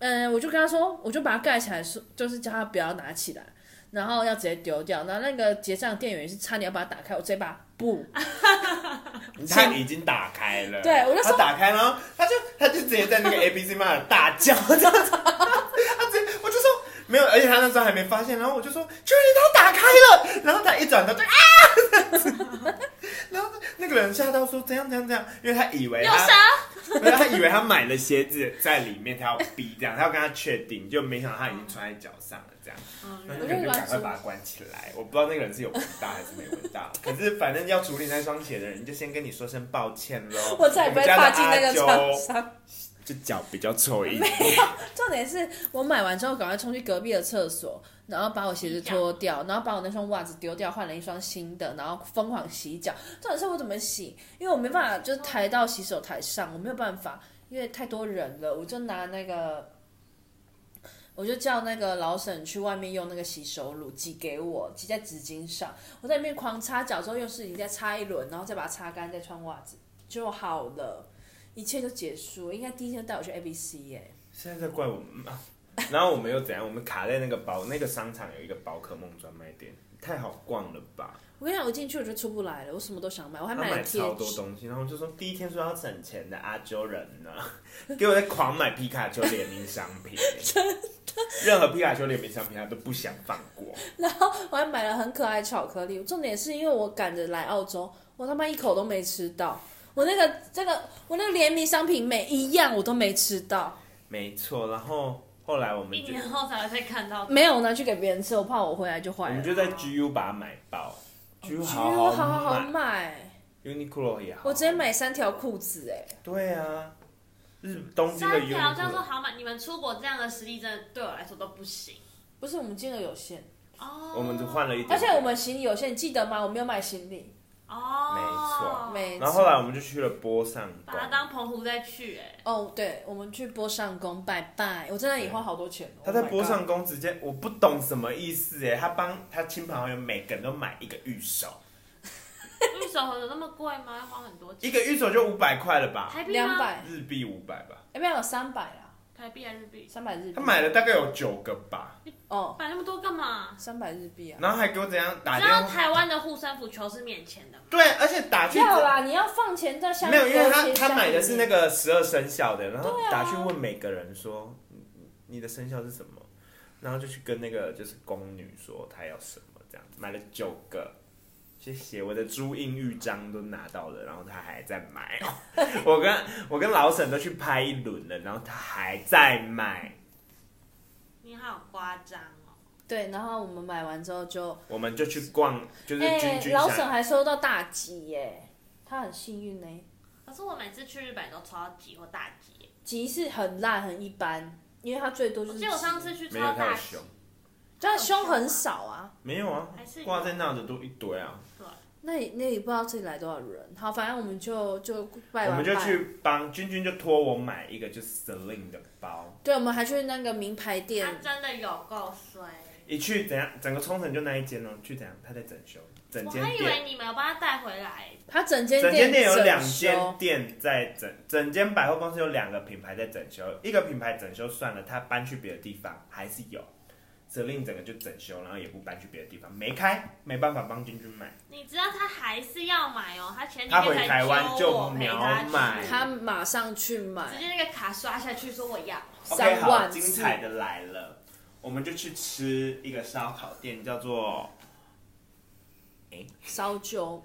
[SPEAKER 2] 嗯，我就跟他说，我就把它盖起来，说就是叫他不要拿起来，然后要直接丢掉。然后那个结账店员是差点要把它打开，我直接把不，
[SPEAKER 1] 它已经打开了，
[SPEAKER 2] 对我就说
[SPEAKER 1] 它打开了，它就它就直接 在那个 A B C 妈的大叫，这样子，它直接我就说没有，而且他那时候还没发现，然后我就说确定它打开了，然后他一转头就啊，这样子然后那个人吓到说怎样怎样怎样，因为他以为
[SPEAKER 3] 有
[SPEAKER 1] 他
[SPEAKER 3] 蛇，
[SPEAKER 1] 没有，他以为他买了鞋子在里面，他要逼这样，他要跟他确定，就没想到他已经穿在脚上了这样。那
[SPEAKER 3] 嗯
[SPEAKER 1] 那个人就赶快把它关起来。我不知道那个人是有闻到还是没闻到，可是反正要处理那双鞋的人，就先跟你说声抱歉喽。
[SPEAKER 2] 我再也不
[SPEAKER 1] 们
[SPEAKER 2] 会
[SPEAKER 1] 家的
[SPEAKER 2] 踏进那
[SPEAKER 1] 阿
[SPEAKER 2] 个
[SPEAKER 1] 啾
[SPEAKER 2] 厂商。
[SPEAKER 1] 就脚比较臭一点。
[SPEAKER 2] 重点是我买完之后，赶快冲去隔壁的厕所，然后把我鞋子脱掉，然后把我那双袜子丢掉，换了一双新的，然后疯狂洗脚。重点是我怎么洗，因为我没办法，就是抬到洗手台上，我没有办法，因为太多人了，我就拿那个。我就叫那个老沈去外面用那个洗手乳挤给我，挤在纸巾上。我在里面狂擦脚之后，用湿巾再擦一轮，然后再把它擦干，再穿袜子就好了，一切就结束了。应该第一天带我去 A B C 耶、
[SPEAKER 1] 现在在怪我们吗？然后我们又怎样？我们卡在那个宝那个商场有一个宝可梦专卖店，太好逛了吧？
[SPEAKER 2] 我跟你讲，我进去我就出不来了，我什么都想买，我还
[SPEAKER 1] 他
[SPEAKER 2] 买
[SPEAKER 1] 买
[SPEAKER 2] 了贴
[SPEAKER 1] 超多
[SPEAKER 2] 纸。
[SPEAKER 1] 东西，然后我就说第一天说要省钱的阿啾人呢，给我在狂买皮卡丘联名商品、 真的，任何皮卡丘联名商品他都不想放过。
[SPEAKER 2] 然后我还买了很可爱的巧克力。重点是因为我赶着来澳洲，我他妈一口都没吃到。我那个这个我那个联名商品每一样我都没吃到，
[SPEAKER 1] 没错，然后后来我们
[SPEAKER 3] 一
[SPEAKER 1] 就
[SPEAKER 3] 年后才会被看到的。
[SPEAKER 2] 没有我拿去给别人吃，我怕我回来就
[SPEAKER 1] 我
[SPEAKER 2] 坏
[SPEAKER 1] 们
[SPEAKER 2] 了。
[SPEAKER 1] 就在 GU 把它买爆，GU 好
[SPEAKER 2] 我好
[SPEAKER 1] 好
[SPEAKER 2] 好
[SPEAKER 1] 买
[SPEAKER 2] 买，
[SPEAKER 1] ，Uniqlo 也好，
[SPEAKER 2] 我直接。买三条裤子哎、
[SPEAKER 1] 对啊，日东京的
[SPEAKER 3] 三条这样说
[SPEAKER 1] Uniqlo，
[SPEAKER 3] 好买，你们出国这样的实力真的对我来说都不行
[SPEAKER 2] 不是我们金额有限，
[SPEAKER 3] 哦。
[SPEAKER 1] 我们只换了一点，
[SPEAKER 2] 而且我们行李有限，你记得吗？我没有买行李，
[SPEAKER 3] 哦，
[SPEAKER 2] 没
[SPEAKER 1] 然后后来我们就去了波上
[SPEAKER 3] 把它
[SPEAKER 1] 宫，
[SPEAKER 3] 当澎湖再去哎、
[SPEAKER 2] 哦，对，我们去波上宫拜拜，我真的也花好多钱哦。
[SPEAKER 1] 他在
[SPEAKER 2] Oh my
[SPEAKER 1] 波
[SPEAKER 2] god
[SPEAKER 1] 上宫直接，我不懂什么意思哎，他帮他亲朋好友每个人都买一个玉手，
[SPEAKER 3] 玉手有那么贵吗？要花很多钱？
[SPEAKER 1] 一个啊玉手就五百块了吧，
[SPEAKER 3] 台币
[SPEAKER 2] 两
[SPEAKER 3] 吗？
[SPEAKER 2] 百，
[SPEAKER 1] 日币五百吧，
[SPEAKER 2] 哎，没有三百啦，
[SPEAKER 3] 台币还是日币？
[SPEAKER 2] 三百日
[SPEAKER 1] 他
[SPEAKER 2] 币。
[SPEAKER 1] 买了大概有九个吧，
[SPEAKER 2] 哦，
[SPEAKER 3] 买那么多干嘛？
[SPEAKER 2] 三百日币啊。
[SPEAKER 1] 然后还给我怎样打
[SPEAKER 3] 你
[SPEAKER 1] 电
[SPEAKER 3] 知道
[SPEAKER 1] 话，
[SPEAKER 3] 台湾的护身符球是免钱的吗？
[SPEAKER 1] 对，而且打去
[SPEAKER 2] 要啦，你要放钱在下
[SPEAKER 1] 没
[SPEAKER 2] 面。
[SPEAKER 1] 有，因为他
[SPEAKER 2] 贴箱
[SPEAKER 1] 他买的是那
[SPEAKER 2] 里
[SPEAKER 1] 个十二生肖的，然后
[SPEAKER 2] 对啊
[SPEAKER 1] 打去问每个人说，你你的生肖是什么，然后就去跟那个就是宫女说她要什么，这样买了九个。谢谢，我的朱印玉章都拿到了，然后他还在买。哦 我跟我跟老沈都去拍一轮了，然后他还在买。
[SPEAKER 3] 你好夸张哦！
[SPEAKER 2] 对，然后我们买完之后就，
[SPEAKER 1] 我们就去逛，就是
[SPEAKER 2] 哎
[SPEAKER 1] 君，君
[SPEAKER 2] 老沈
[SPEAKER 1] 山。
[SPEAKER 2] 还收到大吉耶，他很幸运呢。
[SPEAKER 3] 可是我每次去日本都抽到吉或大吉，
[SPEAKER 2] 吉是很烂很一般，因为他最多
[SPEAKER 3] 我
[SPEAKER 2] 就是
[SPEAKER 3] 记
[SPEAKER 2] 吉。
[SPEAKER 3] 得我上次去抽
[SPEAKER 1] 没有
[SPEAKER 3] 到
[SPEAKER 1] 太
[SPEAKER 3] 大吉
[SPEAKER 1] 凶，，
[SPEAKER 2] 就他胸很少啊。
[SPEAKER 1] 没有啊
[SPEAKER 3] 还是，有
[SPEAKER 1] 挂在那的都一堆啊。
[SPEAKER 3] 对，
[SPEAKER 2] 那也那也不知道这里来多少人。好，反正我们就就拜
[SPEAKER 1] 我
[SPEAKER 2] 完
[SPEAKER 1] 们就
[SPEAKER 2] 拜
[SPEAKER 1] 去帮君君就托我买一个就是 Celine 的包，
[SPEAKER 2] 对，我们还去那个名牌
[SPEAKER 3] 他
[SPEAKER 2] 店，
[SPEAKER 3] 真的有够衰。
[SPEAKER 1] 一去怎样，整个冲绳就那一间哦，去怎样，他在整修，整
[SPEAKER 3] 我
[SPEAKER 1] 间
[SPEAKER 3] 还以
[SPEAKER 1] 店，
[SPEAKER 3] 为你们有帮他带回来，
[SPEAKER 2] 他整间
[SPEAKER 1] 整间店有
[SPEAKER 2] 整
[SPEAKER 1] 两
[SPEAKER 2] 修
[SPEAKER 1] 间店在整，整间百货公司有两个品牌在整修，一个品牌整修算了，他搬去别的地方还是有。Celine 整个就整修，然后也不搬去别的地方，没开，没办法帮君君买。
[SPEAKER 3] 你知道他还是要买哦，他前几
[SPEAKER 1] 他回
[SPEAKER 3] 天才
[SPEAKER 1] 台湾
[SPEAKER 3] 揪
[SPEAKER 1] 就
[SPEAKER 3] 我陪
[SPEAKER 1] 秒
[SPEAKER 3] 他去
[SPEAKER 1] 买
[SPEAKER 2] 他马上去
[SPEAKER 3] 直
[SPEAKER 2] 买
[SPEAKER 3] 接那个卡刷下去说我要，
[SPEAKER 2] 三
[SPEAKER 1] OK，好，
[SPEAKER 2] 万
[SPEAKER 1] 精
[SPEAKER 2] 四，
[SPEAKER 1] 彩的来了，我们就去吃一个烧烤店，叫做
[SPEAKER 2] 烧酒，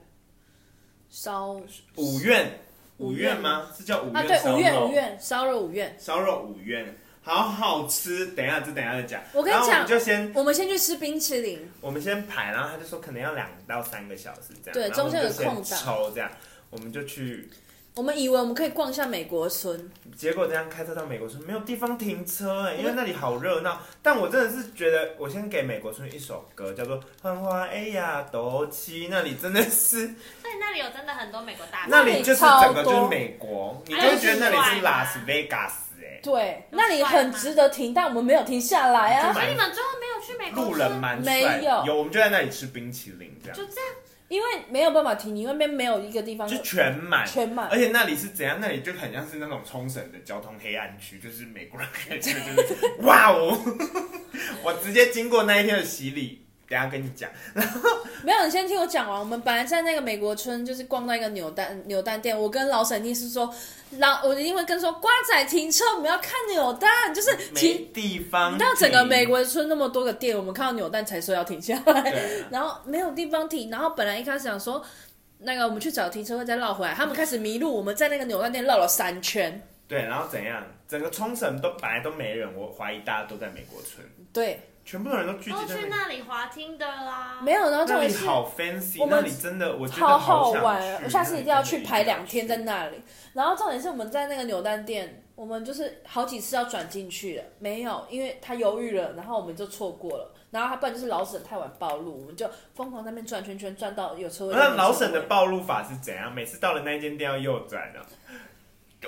[SPEAKER 2] 烧
[SPEAKER 1] 五苑，
[SPEAKER 2] 五
[SPEAKER 1] 五
[SPEAKER 2] 苑
[SPEAKER 1] 苑吗？是叫五
[SPEAKER 2] 啊，
[SPEAKER 1] 苑
[SPEAKER 2] 对，
[SPEAKER 1] 烧
[SPEAKER 2] 五院
[SPEAKER 1] 肉
[SPEAKER 2] 五院烧肉五院，
[SPEAKER 1] 烧肉五元，好好吃。等一下，这等一下再讲。
[SPEAKER 2] 我跟你
[SPEAKER 1] 然后我
[SPEAKER 2] 讲
[SPEAKER 1] 们就先
[SPEAKER 2] 我们先去吃冰淇淋，
[SPEAKER 1] 我们先排，然后他就说可能要两到三个小时这样。
[SPEAKER 2] 对
[SPEAKER 1] 然后我们就
[SPEAKER 2] 中间有空档
[SPEAKER 1] 先抽这样，我们就去。
[SPEAKER 2] 我们以为我们可以逛一下美国村，
[SPEAKER 1] 结果这样开车到美国村没有地方停车哎、因为那里好热闹。但我真的是觉得，我先给美国村一首歌，叫做《繁花哎呀斗七》，那里真的 是，
[SPEAKER 3] 所以那里有真的很多美国大
[SPEAKER 1] 那
[SPEAKER 3] 那
[SPEAKER 1] 里就是
[SPEAKER 2] 超
[SPEAKER 1] 整个就是
[SPEAKER 2] 多
[SPEAKER 1] 美国，你就
[SPEAKER 3] 哎
[SPEAKER 1] 会觉得那里
[SPEAKER 3] 很
[SPEAKER 1] 是
[SPEAKER 3] 奇怪
[SPEAKER 1] 拉
[SPEAKER 3] 啊
[SPEAKER 1] 斯维加斯哎，
[SPEAKER 2] 对，
[SPEAKER 3] 有
[SPEAKER 2] 那里
[SPEAKER 3] 帅
[SPEAKER 2] 很
[SPEAKER 3] 吗
[SPEAKER 2] 值得停，但我们没有停下来
[SPEAKER 1] 就
[SPEAKER 2] 啊，
[SPEAKER 1] 买
[SPEAKER 3] 所以你们最后没有去美国
[SPEAKER 1] 路
[SPEAKER 3] 吃
[SPEAKER 1] 人蛮帅，
[SPEAKER 2] 没有
[SPEAKER 1] 有，我们就在那里吃冰淇淋
[SPEAKER 2] 啊
[SPEAKER 1] 这样，
[SPEAKER 3] 就这样，
[SPEAKER 2] 因为没有办法停，你那边没有一个地方
[SPEAKER 1] 就全满。哎
[SPEAKER 2] 全满
[SPEAKER 1] 而，且那里是怎样？那里就很像是那种冲绳的交通黑暗区，就是美国人开车就是哇哦！ 我直接经过那一天的洗礼，等一下跟你讲。
[SPEAKER 2] 没有，你先听我讲完。我们本来在那个美国村，就是逛到一个扭蛋扭蛋店，我跟老沈一定是说，老我一定会跟说瓜仔停车，我们要看扭蛋，就是
[SPEAKER 1] 没
[SPEAKER 2] 停。
[SPEAKER 1] 地方停，
[SPEAKER 2] 你知道整个美国村那么多个店，我们看到扭蛋才说要停下来，
[SPEAKER 1] 对啊，
[SPEAKER 2] 然后没有地方停，然后本来一开始想说，那个我们去找停车位再绕回来，他们开始迷路，我们在那个扭蛋店绕了三圈。
[SPEAKER 1] 对，然后怎样？整个冲绳都本来都没人，我怀疑大家都在美国村，
[SPEAKER 2] 对，
[SPEAKER 1] 全部的人都聚集
[SPEAKER 3] 都
[SPEAKER 1] 在
[SPEAKER 3] 去
[SPEAKER 1] 美国。
[SPEAKER 3] 那里滑听的啦。
[SPEAKER 2] 没有，然后重
[SPEAKER 1] 那
[SPEAKER 2] 点
[SPEAKER 1] 里
[SPEAKER 2] 是
[SPEAKER 1] 好 fancy，
[SPEAKER 2] 我们
[SPEAKER 1] 那里真的我觉得
[SPEAKER 2] 超好
[SPEAKER 1] 想
[SPEAKER 2] 玩，
[SPEAKER 1] 去
[SPEAKER 2] 我下次一定要去排两天在。那里。然后重点是我们在那个扭蛋店，我们就是好几次要转进去了，没有，因为他犹豫了，然后我们就错过了。然后他不然就是老沈太晚暴露，我们就疯狂在那边转圈圈，转到有车位。
[SPEAKER 1] 那老沈的暴露法是怎样？每次到了那间店要右转哦。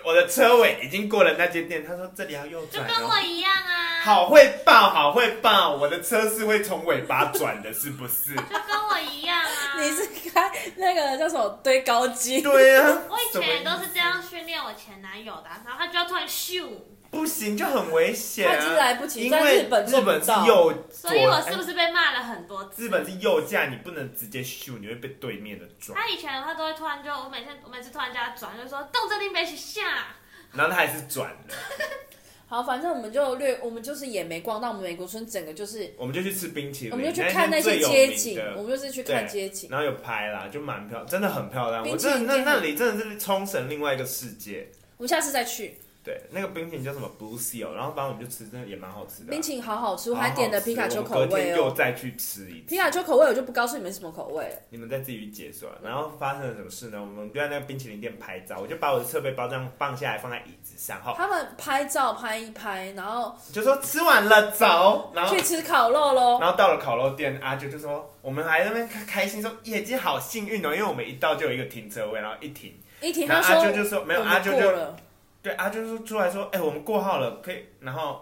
[SPEAKER 1] 我的车尾已经过了那间店，他说这里要右
[SPEAKER 3] 就
[SPEAKER 1] 转
[SPEAKER 3] 跟
[SPEAKER 1] 哦。
[SPEAKER 3] 我一样啊，
[SPEAKER 1] 好会爆，好会爆！我的车是会从尾巴转的，是不是？
[SPEAKER 3] 就跟我一样 啊。
[SPEAKER 2] 你是开那个叫什么堆高机？
[SPEAKER 1] 对呀、啊。
[SPEAKER 3] 我以前也
[SPEAKER 1] 什么
[SPEAKER 3] 都是这样训练我前男友的啊，然后他就要突然咻，
[SPEAKER 1] 不行，就很危险、啊。
[SPEAKER 2] 他已经来不及
[SPEAKER 1] 因
[SPEAKER 2] 在
[SPEAKER 1] 为
[SPEAKER 2] 日本做
[SPEAKER 1] 日
[SPEAKER 2] 不
[SPEAKER 1] 本是
[SPEAKER 2] 到
[SPEAKER 1] 右左，
[SPEAKER 3] 所以我是不
[SPEAKER 1] 哎
[SPEAKER 3] 是被骂了很多次？
[SPEAKER 1] 日本是右架，你不能直接秀，你会被对面的撞。
[SPEAKER 2] 啊
[SPEAKER 3] 他以前他都会突然就，我每天我每次突然叫他转，就说动这里没去下。
[SPEAKER 1] 然后他还是转了，
[SPEAKER 2] 好，反正我们就略，我们就是也没逛到我们美国村，整个就是，
[SPEAKER 1] 我们就去吃冰淇淋，
[SPEAKER 2] 我们就去
[SPEAKER 1] 是
[SPEAKER 2] 看那些
[SPEAKER 1] 最有
[SPEAKER 2] 街
[SPEAKER 1] 名
[SPEAKER 2] 景
[SPEAKER 1] 的，
[SPEAKER 2] 我们就是去看街景。
[SPEAKER 1] 然后有拍啦，就蛮漂，真的很漂亮。我
[SPEAKER 2] 冰淇淋
[SPEAKER 1] 真的那
[SPEAKER 2] 店很
[SPEAKER 1] 那里真的是冲绳另外一个世界。
[SPEAKER 2] 我们下次再去，
[SPEAKER 1] 对，啊那个冰淇淋叫什么 Blue Seal，然后反正我们就吃，真的也蛮好吃的啊、
[SPEAKER 2] 冰淇淋好好吃，我
[SPEAKER 1] 好好吃
[SPEAKER 2] 还点了皮卡丘口
[SPEAKER 1] 我们隔
[SPEAKER 2] 味
[SPEAKER 1] 天
[SPEAKER 2] 哦
[SPEAKER 1] 又。再去吃一次
[SPEAKER 2] 皮。卡丘口味我就不告诉你们是什么口味了，
[SPEAKER 1] 你们再自己去解说。然后发生了什么事呢？我们就在那个冰淇淋店拍照，我就把我的设备包这样放下来，放在椅子上，后
[SPEAKER 2] 他们拍照拍一拍，然后
[SPEAKER 1] 就说吃完了走，然后
[SPEAKER 2] 去。吃烤肉喽。
[SPEAKER 1] 然后到了烤肉店，阿九就说：“我们还在那边开开心说，耶，今天好幸运哦，因为我们一到就有一个停车位，然后一停，
[SPEAKER 2] 一听
[SPEAKER 1] 然
[SPEAKER 2] 他
[SPEAKER 1] 后阿
[SPEAKER 2] 说
[SPEAKER 1] 啾就说没有，
[SPEAKER 2] 我们
[SPEAKER 1] 阿啾
[SPEAKER 2] 过
[SPEAKER 1] 就
[SPEAKER 2] 了，
[SPEAKER 1] 对阿啾就出来说，哎、我们过号了，可以，然后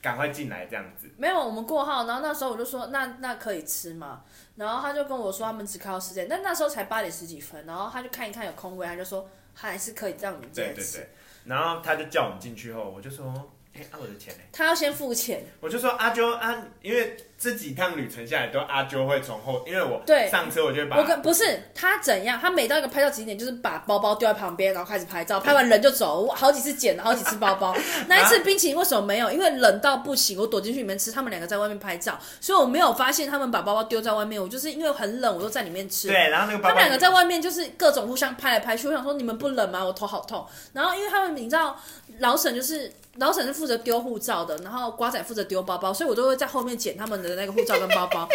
[SPEAKER 1] 赶快进来这样子。
[SPEAKER 2] 没有我们过号，然后那时候我就说那那可以吃吗？然后他就跟我说他们只开到十点，但那时候才八点十几分，然后他就看一看有空位，他就说还是可以让你们进
[SPEAKER 1] 对
[SPEAKER 2] 来
[SPEAKER 1] 对
[SPEAKER 2] 吃
[SPEAKER 1] 对，，然后他就叫我们进去后，我就说，哎、啊我的钱呢？
[SPEAKER 2] 他要先付钱，
[SPEAKER 1] 我就说阿啾啊，因为这几趟旅程下来都阿啾会从后，因为我
[SPEAKER 2] 对
[SPEAKER 1] 上车我就会把
[SPEAKER 2] 我跟不是他怎样，他每到一个拍照景点，就是把包包丢在旁边，然后开始拍照，拍完人就走。我好几次捡了好几次包包。那一次冰淇淋为什么没有？因为冷到不行，我躲进去里面吃，他们两个在外面拍照，所以我没有发现他们把包包丢在外面。我就是因为很冷，我都在里面吃。
[SPEAKER 1] 对，然啊后那个爸
[SPEAKER 2] 他们
[SPEAKER 1] 爸
[SPEAKER 2] 两个在外面就是各种互相拍来拍去，我想说你们不冷吗？我头好痛。然后因为他们你知道老沈就是老沈是负责丢护照的，然后瓜仔负责丢包包，所以我都会在后面捡他们的那个护照跟包 包。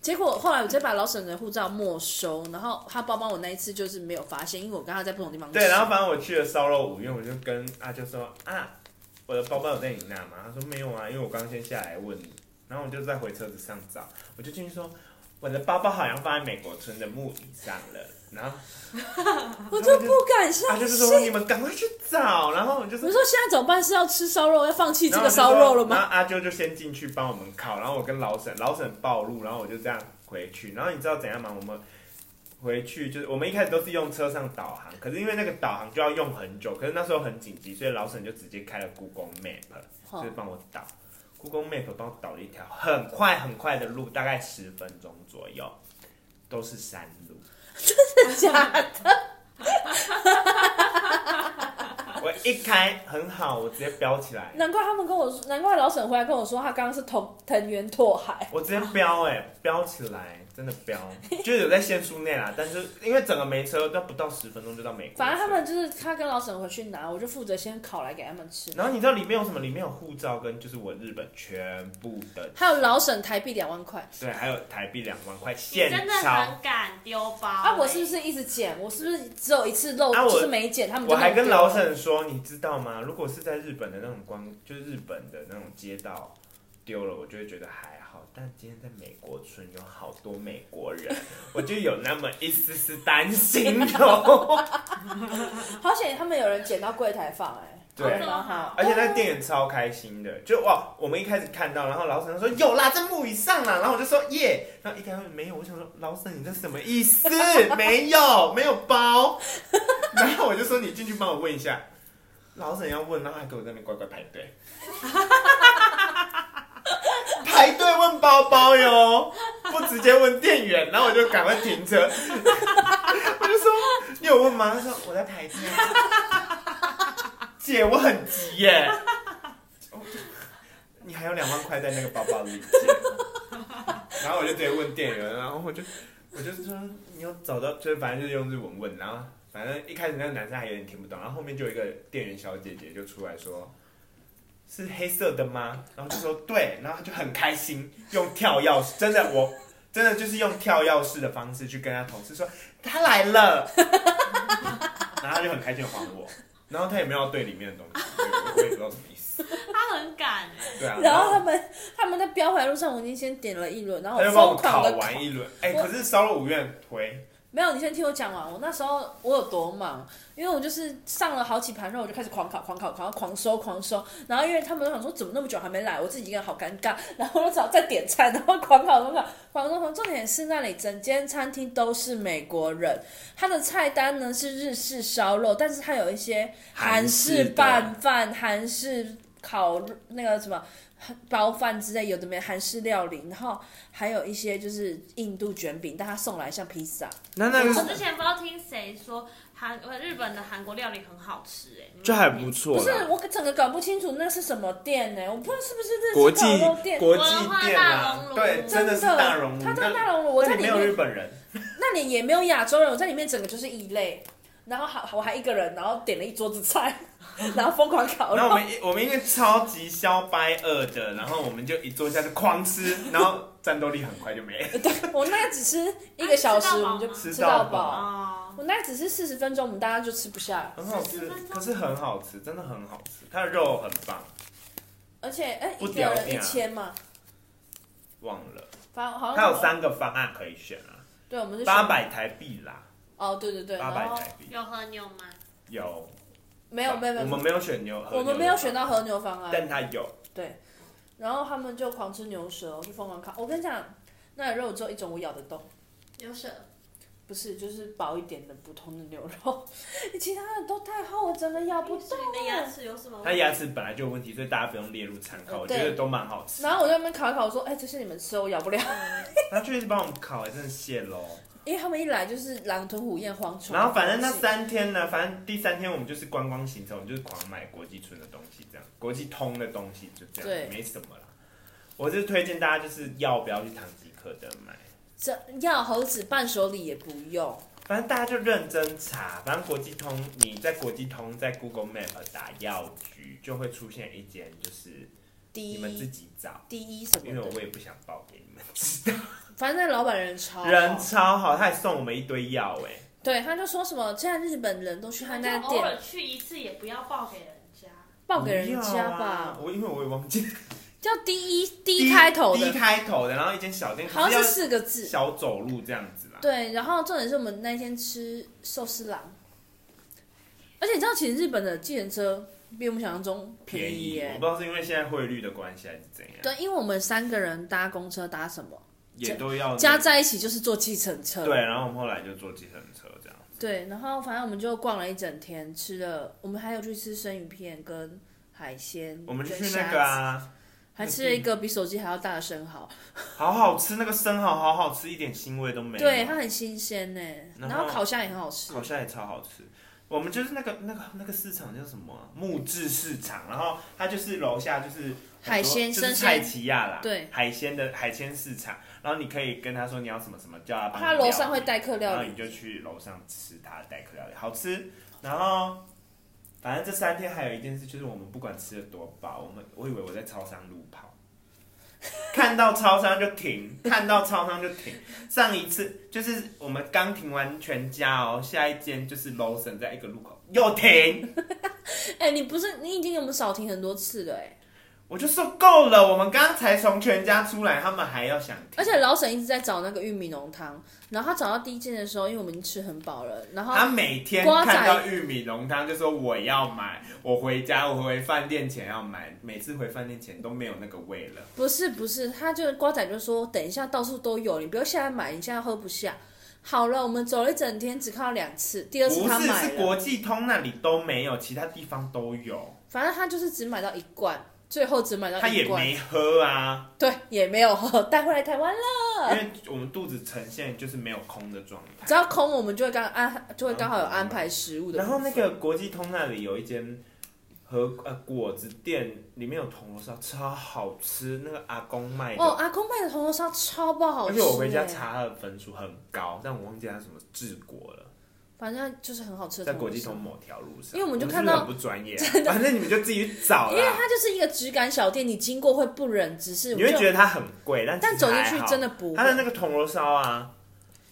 [SPEAKER 2] 结果后来我直接把老沈的护照没收，然后他包包我那一次就是没有发现，因为我跟他在不同地方吃。
[SPEAKER 1] 对，然后反正我去了烧肉五院，我就跟阿啾说啊，我的包包有在你那吗？他说没有啊，因为我刚先下来问你，然后我就在回车子上找，我就进去说我的包包好像放在美国村的木椅上了，然后
[SPEAKER 2] 我就不敢
[SPEAKER 1] 他
[SPEAKER 2] 相
[SPEAKER 1] 就是
[SPEAKER 2] 信。
[SPEAKER 1] 说你们赶快去找，然后我就
[SPEAKER 2] 我
[SPEAKER 1] 说。
[SPEAKER 2] 说现在怎么办？是要吃烧肉，要放弃这
[SPEAKER 1] 然后
[SPEAKER 2] 个
[SPEAKER 1] 我就说
[SPEAKER 2] 烧肉了
[SPEAKER 1] 然
[SPEAKER 2] 吗？
[SPEAKER 1] 后阿啾就先进去帮我们烤，然后我跟老沈，老沈暴露，然后我就这样回去。然后你知道怎样吗？我们回去就是我们一开始都是用车上导航，可是因为那个导航就要用很久，可是那时候很紧急，所以老沈就直接开了 Google Map，
[SPEAKER 2] 好
[SPEAKER 1] 就是帮我导。Google Map 帮我导了一条很快很快的路，大概十分钟左右，都是山路。
[SPEAKER 2] 假的
[SPEAKER 1] 我一开很好，我直接标起来，
[SPEAKER 2] 难怪他们跟我说，难怪老沈回来跟我说，他刚刚是藤藤原拓海。
[SPEAKER 1] 我直接飙哎、飙起来，真的飙，就是有在限速内啦，但是因为整个没车，都不到十分钟就到美国。
[SPEAKER 2] 反正他。们就是他跟老沈回去拿，我就负责先烤来给他们吃。
[SPEAKER 1] 然后你知道里面有什么？里面有护照跟就是我日本全部的，
[SPEAKER 2] 还有老沈台币两万块，
[SPEAKER 1] 对，还有台币两万块
[SPEAKER 3] 你
[SPEAKER 1] 现
[SPEAKER 3] 真的
[SPEAKER 1] 钞。
[SPEAKER 3] 很敢丢包、
[SPEAKER 2] 啊，我是不是一直减？我是不是只有一次漏，
[SPEAKER 1] 啊我
[SPEAKER 2] 就是没减？他们就
[SPEAKER 1] 我还跟老
[SPEAKER 2] 弄丢了
[SPEAKER 1] 沈说，你知道吗？如果是在日本的那种光，就是日本的那种街道丢了，我就会觉得还好。但今天在美国村有好多美国人，我就有那么一丝丝担心 哦。
[SPEAKER 2] 好险他们有人捡到柜台放哎、
[SPEAKER 1] 对
[SPEAKER 2] 然后他
[SPEAKER 1] 而且那个店员超开心的，就哇，我们一开始看到，然后老沈说有啦，在木椅上啦，然后我就说耶，然后一开始没有，我想说老沈你这什么意思？没有，没有包，然后我就说你进去帮我问一下，老沈要问，然后还给我在那边乖乖排队，排队问包包哟，不直接问店员，然后我就赶快停车，我就说你有问吗？他说我在排队啊。姐，我很急耶。哦你还有两万块在那个包包里，姐。然后我就直接问店员，然后我就我就说你有找到，就是反正就是用日文问，然后反正一开始那个男生还有点听不懂，然后后面就有一个店员小姐姐就出来说。是黑色的吗？然后就说对，然后他就很开心，用跳钥匙，真的我真的就是用跳钥匙的方式去跟他同事说他来了， 然后他就很开心地还我，然后他也没有要对里面的东 西，对我我也不知道什么意思。
[SPEAKER 3] 欸他很敢、
[SPEAKER 1] 对啊，
[SPEAKER 2] 然后他们他们在飙回来路上，我已经先点了一轮，然后
[SPEAKER 1] 他就帮我
[SPEAKER 2] 疯
[SPEAKER 1] 烤
[SPEAKER 2] 狂的
[SPEAKER 1] 完一轮，哎、
[SPEAKER 2] 我
[SPEAKER 1] 可是烧了五院回，
[SPEAKER 2] 没有，你先听我讲完。我那时候我有多忙，因为我就是上了好几盘肉，我就开始狂烤、狂烤、狂狂收、狂收。然后因为他们都想说怎么那么久还没来，我自己一个人好尴尬。然后我就只好再点餐，然后狂烤、狂烤、狂收。狂重点是那里整间餐厅都是美国人，它的菜单呢是日式烧肉，但是它有一些
[SPEAKER 1] 韩
[SPEAKER 2] 韩
[SPEAKER 1] 式
[SPEAKER 2] 式
[SPEAKER 1] 的
[SPEAKER 2] 拌饭、韩式烤那个什么包饭之类，有的没韩式料理，然后还有一些就是印度卷饼，但他送来像披萨，
[SPEAKER 1] 那那
[SPEAKER 3] 我
[SPEAKER 1] 个
[SPEAKER 3] 之前不知道听谁说韩呃日本的韩国料理很好吃哎、你们
[SPEAKER 1] 就还不错
[SPEAKER 2] 不是
[SPEAKER 1] 啦。
[SPEAKER 2] 我整个搞不清楚那是什么店呢、我不知道是不是日式
[SPEAKER 1] 国际
[SPEAKER 2] 烤肉店，
[SPEAKER 1] 国际
[SPEAKER 3] 文化
[SPEAKER 1] 店
[SPEAKER 3] 大
[SPEAKER 1] 啊
[SPEAKER 3] 熔，炉
[SPEAKER 1] 对，
[SPEAKER 2] 真
[SPEAKER 1] 真
[SPEAKER 2] 的
[SPEAKER 1] 的是大熔炉，
[SPEAKER 2] 它在
[SPEAKER 1] 那
[SPEAKER 2] 大熔炉，我在
[SPEAKER 1] 那
[SPEAKER 2] 里
[SPEAKER 1] 里没
[SPEAKER 2] 面
[SPEAKER 1] 有日本人，
[SPEAKER 2] 那里也没有亚洲人，我在里面整个就是异类。然后还我还一个人，然后点了一桌子 菜，然后疯狂烤
[SPEAKER 1] 然后我
[SPEAKER 2] 肉。
[SPEAKER 1] 们一我们因为超级消掰饿的，然后我们就一坐下就狂吃， 然后战斗力很快就没了。
[SPEAKER 2] 我那只吃一个小时，
[SPEAKER 3] 啊吃到
[SPEAKER 2] 我
[SPEAKER 3] 饱
[SPEAKER 2] 们就
[SPEAKER 3] 吗
[SPEAKER 2] 吃
[SPEAKER 1] 吃
[SPEAKER 2] 到
[SPEAKER 1] 到
[SPEAKER 2] 饱。
[SPEAKER 3] 哦，
[SPEAKER 2] 我那只是四十分钟，我们大家就吃不下了。
[SPEAKER 1] 很好
[SPEAKER 3] 40
[SPEAKER 1] 吃
[SPEAKER 3] 分，钟
[SPEAKER 1] 可是很好吃，真的很好吃，它的肉很棒，
[SPEAKER 2] 而且哎，
[SPEAKER 1] 不
[SPEAKER 2] 一个人
[SPEAKER 1] 屌
[SPEAKER 2] 一
[SPEAKER 1] 你啊
[SPEAKER 2] 千嘛，
[SPEAKER 1] 忘了。
[SPEAKER 2] 反正好像
[SPEAKER 1] 它有，三个方案可以选啊，
[SPEAKER 2] 对，我们哦是选
[SPEAKER 1] 八百台币啦，
[SPEAKER 2] 哦，对对对，
[SPEAKER 1] 八
[SPEAKER 2] 然
[SPEAKER 1] 百
[SPEAKER 2] 后
[SPEAKER 1] 台币
[SPEAKER 3] 有和牛吗？
[SPEAKER 1] 有。
[SPEAKER 2] 没有没有没
[SPEAKER 1] 我
[SPEAKER 2] 有，
[SPEAKER 1] 们没有选牛，和牛
[SPEAKER 2] 我们没有选到和牛啊方
[SPEAKER 1] 的，
[SPEAKER 2] 案，
[SPEAKER 1] 但它有。
[SPEAKER 2] 对。然后他们就狂吃牛舌，就疯狂烤。我跟你讲，那里肉只有一种我咬得动。
[SPEAKER 3] 有舍
[SPEAKER 2] 不是，就是薄一点的普通的牛肉， 其他的都太厚，我真的咬不
[SPEAKER 3] 不是
[SPEAKER 2] 动。
[SPEAKER 3] 你的牙齿有什么问题？
[SPEAKER 1] 它牙齿本来就有问题，所以大家不用列入参考。我觉
[SPEAKER 2] 哦对
[SPEAKER 1] 得都蛮好吃。
[SPEAKER 2] 然后我在那边烤一烤，我说：“哎、这是你们吃，我咬不了。
[SPEAKER 1] 他就一直帮我们烤，真的谢喽。”
[SPEAKER 2] 因为他们一来就是狼吞虎咽、蝗虫。
[SPEAKER 1] 然后反正那三天呢，反正第三天我们就是观光行程，我们就是狂买国际村的东西，这样国际通的东西就这
[SPEAKER 2] 对
[SPEAKER 1] 样，没什么啦。我是推荐大家就是要不要去唐吉诃德买，
[SPEAKER 2] 这要猴子伴手礼也不用，
[SPEAKER 1] 反正大家就认真查，反正国际通你在国际通在 Google Map 打药局就会出现一间，就是
[SPEAKER 2] 第
[SPEAKER 1] 你们自
[SPEAKER 2] 一哦
[SPEAKER 1] 己找，
[SPEAKER 2] 第一什
[SPEAKER 1] 因为
[SPEAKER 2] 么
[SPEAKER 1] 我
[SPEAKER 2] 的，
[SPEAKER 1] 也不想报给你们。
[SPEAKER 2] 反正那老板人超好
[SPEAKER 1] 人超好，他还送我们一堆药哎、
[SPEAKER 2] 对，他就说什么现在日本人都去他那
[SPEAKER 3] 就
[SPEAKER 2] 个
[SPEAKER 3] 偶
[SPEAKER 2] 店
[SPEAKER 1] 啊
[SPEAKER 3] 尔去一次也不要报给人家。
[SPEAKER 2] 报给人家吧，
[SPEAKER 1] 不要啊我因为我也忘 记
[SPEAKER 2] 叫第一第一开头
[SPEAKER 1] 第一
[SPEAKER 2] 的，
[SPEAKER 1] 开头的，然后一间小店，
[SPEAKER 2] 好
[SPEAKER 1] 可
[SPEAKER 2] 像是
[SPEAKER 1] 是
[SPEAKER 2] 四个
[SPEAKER 1] 要
[SPEAKER 2] 字。
[SPEAKER 1] 小走路这样子啦。
[SPEAKER 2] 对，然后重点是我们那天吃寿司郎，而且你知道，其实日本的计程车比我们想象中
[SPEAKER 1] 便
[SPEAKER 2] 宜
[SPEAKER 1] 宜，我
[SPEAKER 2] 耶
[SPEAKER 1] 不。知道是因为现在汇率的关系还是怎样，
[SPEAKER 2] 对，因为我们三个人搭公车搭什么，
[SPEAKER 1] 也都要
[SPEAKER 2] 加在一起就是坐计程车。
[SPEAKER 1] 对，然后我们后来就坐计程车这样。
[SPEAKER 2] 对，然后反正我们就逛了一整天，吃了，我们还有去吃生鱼片跟海鲜，
[SPEAKER 1] 我们就
[SPEAKER 2] 跟
[SPEAKER 1] 去
[SPEAKER 2] 虾
[SPEAKER 1] 那个啊，
[SPEAKER 2] 嗯子，还吃了一个比手机还要大的生蚝，
[SPEAKER 1] 好好吃那个生蚝，好好吃，一点腥味都没有。
[SPEAKER 2] 对，它很新鲜呢。
[SPEAKER 1] 然
[SPEAKER 2] 然
[SPEAKER 1] 后
[SPEAKER 2] 后烤虾也很好吃，
[SPEAKER 1] 好像也超好吃。我们就是那个那个那个市场叫什么啊、木质市场，然后它就是楼下就是很多
[SPEAKER 2] 海鲜
[SPEAKER 1] 就是
[SPEAKER 2] 生
[SPEAKER 1] 菜
[SPEAKER 2] 鲜
[SPEAKER 1] 奇亚啦，
[SPEAKER 2] 对
[SPEAKER 1] 海鲜的海鲜市场，然后你可以跟他说你要什么什么，叫他帮你
[SPEAKER 2] 它楼上会
[SPEAKER 1] 料理
[SPEAKER 2] 代客料
[SPEAKER 1] 然后
[SPEAKER 2] 理
[SPEAKER 1] 你。就去楼上吃他的代客料理，好吃。然后反正这三天还有一件事就是我们不管吃的多饱，我们我以为我在超商路跑。看到超商就 停，看到超商就停。上一次就是我们刚停完全家哦，下一间就是 l o s o n 在一个路口又停，
[SPEAKER 2] 哎、你不是你已经给我们少停很多次了哎、
[SPEAKER 1] 我就说够了。我们刚才从全家出来，他们还要想停，
[SPEAKER 2] 而且老沈一直在找那个玉米浓汤，然后他找到第一件的时候，因为我们已经吃很饱了，然后
[SPEAKER 1] 他每天
[SPEAKER 2] 瓜仔
[SPEAKER 1] 看到玉米浓汤就说我要买，我回家我回饭店前要买，每次回饭店前都没有那个味了。
[SPEAKER 2] 不是不是，他就瓜仔就说等一下到处都有，你不要现在买，你现在喝不下。好了，我们走了一整天，只看到两次，第二次
[SPEAKER 1] 不
[SPEAKER 2] 他
[SPEAKER 1] 是，
[SPEAKER 2] 买
[SPEAKER 1] 是
[SPEAKER 2] 了，
[SPEAKER 1] 国际通那里都没有，其他地方都有，
[SPEAKER 2] 反正他就是只买到一罐，最后只买到
[SPEAKER 1] 他
[SPEAKER 2] 一
[SPEAKER 1] 也
[SPEAKER 2] 罐，
[SPEAKER 1] 没喝啊，
[SPEAKER 2] 对，也没有 喝，带回来台湾了。
[SPEAKER 1] 因为我们肚子呈现就是没有空的状态。
[SPEAKER 2] 只要空，我们就会刚安，就会刚好有安排食物的部
[SPEAKER 1] 然
[SPEAKER 2] 分。
[SPEAKER 1] 后那个国际通那里有一间和呃果子店，里面有铜锣烧，超好吃，那个阿公卖的。
[SPEAKER 2] 哦，阿公卖的铜锣烧超不好
[SPEAKER 1] 而
[SPEAKER 2] 吃、
[SPEAKER 1] 且我回家
[SPEAKER 2] 哎
[SPEAKER 1] 查他的分数很高，但我忘记他什么治国了。
[SPEAKER 2] 反正就是很好吃的
[SPEAKER 1] 在
[SPEAKER 2] 铜
[SPEAKER 1] 国
[SPEAKER 2] 锣
[SPEAKER 1] 际
[SPEAKER 2] 烧
[SPEAKER 1] 通某条路上，
[SPEAKER 2] 因为我们就
[SPEAKER 1] 我
[SPEAKER 2] 看
[SPEAKER 1] 是不是
[SPEAKER 2] 到
[SPEAKER 1] 很不专 业啊、反正你们就自己去找
[SPEAKER 2] 因为
[SPEAKER 1] 啦。
[SPEAKER 2] 它就是一个质感小店，你经过会不忍直视，
[SPEAKER 1] 你会
[SPEAKER 2] 就
[SPEAKER 1] 觉得它很贵，但
[SPEAKER 2] 但
[SPEAKER 1] 其实
[SPEAKER 2] 走进
[SPEAKER 1] 还
[SPEAKER 2] 去
[SPEAKER 1] 好
[SPEAKER 2] 真的不会
[SPEAKER 1] 它的那个铜锣烧啊，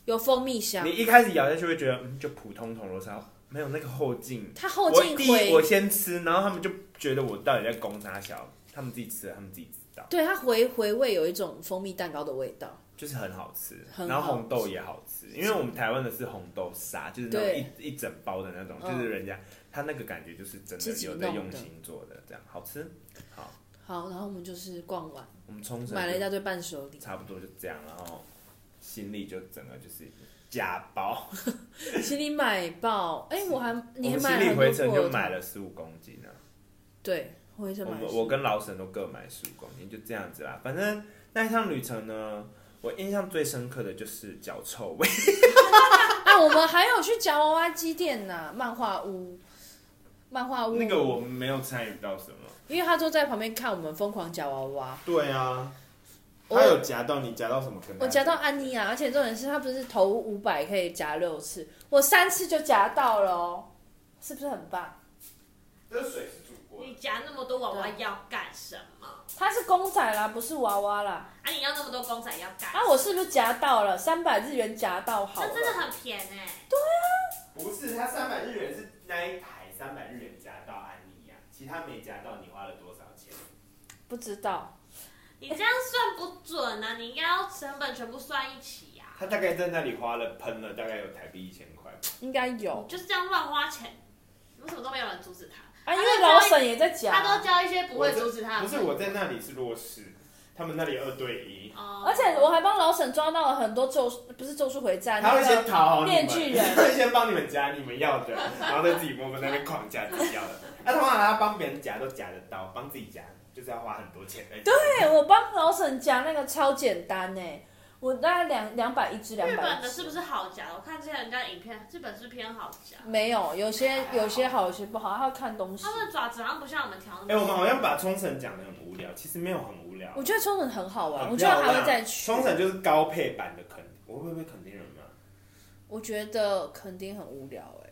[SPEAKER 2] 有蜂蜜香
[SPEAKER 1] 你，一开始咬下去会觉得嗯，就普通铜锣烧，没有那个后劲。
[SPEAKER 2] 它后
[SPEAKER 1] 我
[SPEAKER 2] 劲
[SPEAKER 1] 第一我
[SPEAKER 2] 回，
[SPEAKER 1] 先吃，然后他们就觉得我到底在攻啥小，他们自己吃了，他们自己知道，
[SPEAKER 2] 对它回回味有一种蜂蜜蛋糕的味道，
[SPEAKER 1] 就是很好吃。
[SPEAKER 2] 很
[SPEAKER 1] 然
[SPEAKER 2] 好
[SPEAKER 1] 后红豆也好吃，因为我们台湾的是红豆沙，就是那
[SPEAKER 2] 对嗯
[SPEAKER 1] 种一一整包的那种，就是人家他那个感觉就是真的
[SPEAKER 2] 自己
[SPEAKER 1] 有在
[SPEAKER 2] 弄
[SPEAKER 1] 用
[SPEAKER 2] 的
[SPEAKER 1] 心做的，这样好吃。好，
[SPEAKER 2] 好，然后我们就是逛完，
[SPEAKER 1] 我们冲绳
[SPEAKER 2] 买了
[SPEAKER 1] 就
[SPEAKER 2] 一大堆伴手礼，
[SPEAKER 1] 差不多就这样，然后心里就整个就是假包。
[SPEAKER 2] 行李买爆，哎、我还
[SPEAKER 1] 我
[SPEAKER 2] 你还
[SPEAKER 1] 们
[SPEAKER 2] 买
[SPEAKER 1] 行
[SPEAKER 2] 了
[SPEAKER 1] 李
[SPEAKER 2] 很
[SPEAKER 1] 回
[SPEAKER 2] 多
[SPEAKER 1] 程
[SPEAKER 2] 果
[SPEAKER 1] 就
[SPEAKER 2] 冻
[SPEAKER 1] 买，了十五公斤啊，
[SPEAKER 2] 对，我也是
[SPEAKER 1] 我
[SPEAKER 2] 蛮
[SPEAKER 1] 们我跟老沈都各买十五公斤，就这样子啦。反正那一趟旅程呢，我印象最深刻的就是脚臭味。
[SPEAKER 2] 啊，我们还有去夹娃娃机店呐、漫画屋，漫画屋
[SPEAKER 1] 那个我没有参与到什么。
[SPEAKER 2] 因为他都在旁边看我们疯狂夹娃娃，
[SPEAKER 1] 对啊，
[SPEAKER 2] 我
[SPEAKER 1] 他有夹到你，夹到什么跟他？
[SPEAKER 2] 我夹到安妮啊，而且重点是他不是投五百可以夹六次，我三次就夹到了哦，是不是很棒？
[SPEAKER 1] 这水是煮过
[SPEAKER 3] 你夹那么多娃娃要干什么？
[SPEAKER 2] 他是公仔啦，不是娃娃啦。
[SPEAKER 3] 啊，你要那么多公仔要干什么？
[SPEAKER 2] 啊，我是不是夹到了三百日元夹到好了？
[SPEAKER 3] 这真的很便宜欸。
[SPEAKER 1] 不是，他三百日元是那一台三百日元夹到安妮呀、其他没夹到，你花了多少钱？
[SPEAKER 2] 不知道，
[SPEAKER 3] 你这样算不准啊！你应该要成本全部算一起啊呀、
[SPEAKER 1] 他大概在那里花了喷了大概有台币一千块，
[SPEAKER 2] 应该
[SPEAKER 3] 你
[SPEAKER 2] 有
[SPEAKER 3] 就是这样乱花钱，为什么都没有人阻止他？
[SPEAKER 2] 啊，因为老沈也在夹，
[SPEAKER 3] 他都教一些不会阻止他
[SPEAKER 2] 啊
[SPEAKER 3] 的
[SPEAKER 1] 不
[SPEAKER 3] 朋
[SPEAKER 1] 是
[SPEAKER 3] 友。
[SPEAKER 1] 我在那里是弱势，他们那里二对一，
[SPEAKER 3] 哦
[SPEAKER 2] 而且我还帮老沈抓到了很多咒，不是咒术回战，
[SPEAKER 1] 他
[SPEAKER 2] 啊那
[SPEAKER 1] 会
[SPEAKER 2] 个
[SPEAKER 1] 先讨好你
[SPEAKER 2] 面
[SPEAKER 1] 们，
[SPEAKER 2] 具人
[SPEAKER 1] 他会先帮你们夹你们要的，然后再自己默默在那边狂夹自己 要的。那、通常他帮别人夹都夹得到，帮自己夹就是要花很多钱的。对，
[SPEAKER 2] 对，我帮老沈夹那个超简单呢、欸我大概两两百一只，两
[SPEAKER 3] 日
[SPEAKER 2] 百
[SPEAKER 3] 本的是不是好夹？我看之前人家影片，日本是偏好夹，
[SPEAKER 2] 没有，有些有些好，有些不好，他要看东西
[SPEAKER 3] 他。们的爪子好像不像我们调那么
[SPEAKER 1] 哎、我们好像把冲绳讲得很无聊，其实没有很无聊。
[SPEAKER 2] 我觉得冲绳很好玩，
[SPEAKER 1] 很
[SPEAKER 2] 我觉得
[SPEAKER 1] 漂亮
[SPEAKER 2] 还会再去。
[SPEAKER 1] 冲绳就是高配版的肯，我会不会肯定人啊嘛？
[SPEAKER 2] 我觉得肯定很无聊哎、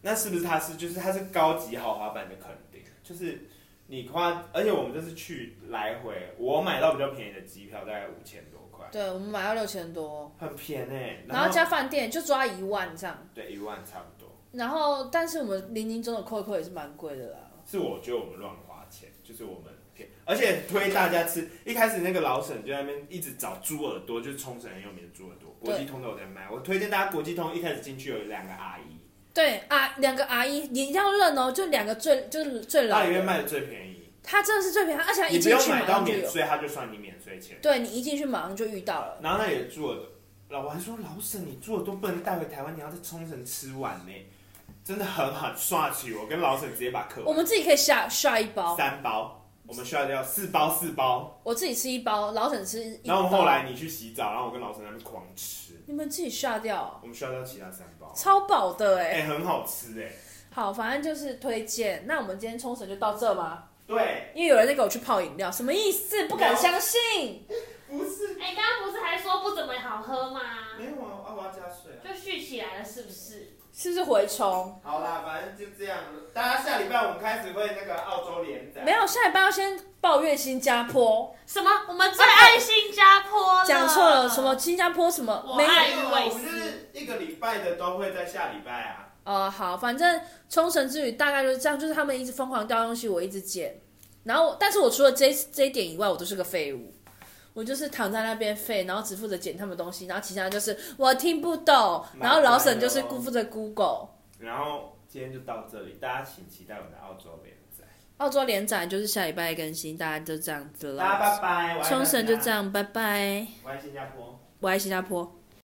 [SPEAKER 1] 那是不是它是就是它是高级豪华版的肯定？就是你花，而且我们这次去来回，我买到比较便宜的机票大概五千多块，
[SPEAKER 2] 对，我们买到六千多，
[SPEAKER 1] 很便宜、
[SPEAKER 2] 然后加饭店就抓一万这样。
[SPEAKER 1] 对一万差不多，
[SPEAKER 2] 然后，但是我们零零总总扣一扣也是蛮贵的啦。
[SPEAKER 1] 是我觉得我们乱花钱，就是我们骗，而且推大家吃。一开始那个老沈就在那边一直找猪耳朵，就是冲绳很有名的猪耳朵，国际通都有在卖。我推荐大家国际通一开始进去有两个阿姨，
[SPEAKER 2] 对啊，两个阿姨你要认哦，就两个最就是最老
[SPEAKER 1] 它里面
[SPEAKER 2] 的，
[SPEAKER 1] 卖的最便宜。
[SPEAKER 2] 她真的是最便宜，而且她
[SPEAKER 1] 你
[SPEAKER 2] 一
[SPEAKER 1] 不
[SPEAKER 2] 进
[SPEAKER 1] 用
[SPEAKER 2] 去
[SPEAKER 1] 买
[SPEAKER 2] 马
[SPEAKER 1] 到
[SPEAKER 2] 上就
[SPEAKER 1] 免
[SPEAKER 2] 有。
[SPEAKER 1] 税，他就算你免税钱。
[SPEAKER 2] 对你一进去马上就遇到了。
[SPEAKER 1] 然后那里住的，老我还说老沈，你住的都不能带回台湾，你要在冲绳吃完呢，真的很好刷起。我跟老沈直接把客
[SPEAKER 2] 我们自己可以下下一包，
[SPEAKER 1] 三包，我们需要要四包四包。
[SPEAKER 2] 我自己吃一包，老沈吃一包。
[SPEAKER 1] 然后我们后来你去洗澡，然后我跟老沈在那边狂吃，
[SPEAKER 2] 你们自己下掉哦，
[SPEAKER 1] 我们需要要其他三包，
[SPEAKER 2] 超饱的哎、
[SPEAKER 1] 哎、很好吃哎、
[SPEAKER 2] 好，反正就是推荐。那我们今天冲绳就到这吗？
[SPEAKER 1] 对，
[SPEAKER 2] 因为有人在给我去泡饮料，什么意思？不敢相信。
[SPEAKER 1] 不是，
[SPEAKER 3] 哎，刚刚不是还说不怎么好喝吗？
[SPEAKER 1] 没有啊，啊我要加水啊。
[SPEAKER 3] 就续起来了，是不是？
[SPEAKER 2] 是不是蛔虫？
[SPEAKER 1] 好啦，反正就这样，大家下礼拜我们开始会那个澳洲连载
[SPEAKER 2] 没。有，下一班要先抱怨新加坡。
[SPEAKER 3] 什么？我们最爱新加坡了？
[SPEAKER 2] 讲错了，什么？新加坡什么？
[SPEAKER 3] 我
[SPEAKER 2] 没
[SPEAKER 3] 爱
[SPEAKER 1] 没有啊
[SPEAKER 3] 爱与
[SPEAKER 1] 我
[SPEAKER 3] 卫
[SPEAKER 1] 们
[SPEAKER 3] 斯
[SPEAKER 1] 就是一个礼拜的都会在下礼拜啊。
[SPEAKER 2] 呃，好，反正冲绳之旅大概就是这样，就是他们一直疯狂掉东西，我一直捡。然后我，但是我除了这这一点以外，我都是个废物。我就是躺在那边废，然后只负责捡他们东西，然后其他就是我听不懂，
[SPEAKER 1] 麻烦
[SPEAKER 2] 然后老沈就是
[SPEAKER 1] 了哦
[SPEAKER 2] 负责 Google。
[SPEAKER 1] 然后今天就到这里，大家请期待我们的澳洲连载。
[SPEAKER 2] 澳洲连载就是下礼拜更新，大家就这样子
[SPEAKER 1] 大家
[SPEAKER 2] 了。
[SPEAKER 1] 拜拜，我爱大家
[SPEAKER 2] 冲绳就这，样，拜拜。
[SPEAKER 1] 我爱新加坡。
[SPEAKER 2] 我爱新加坡。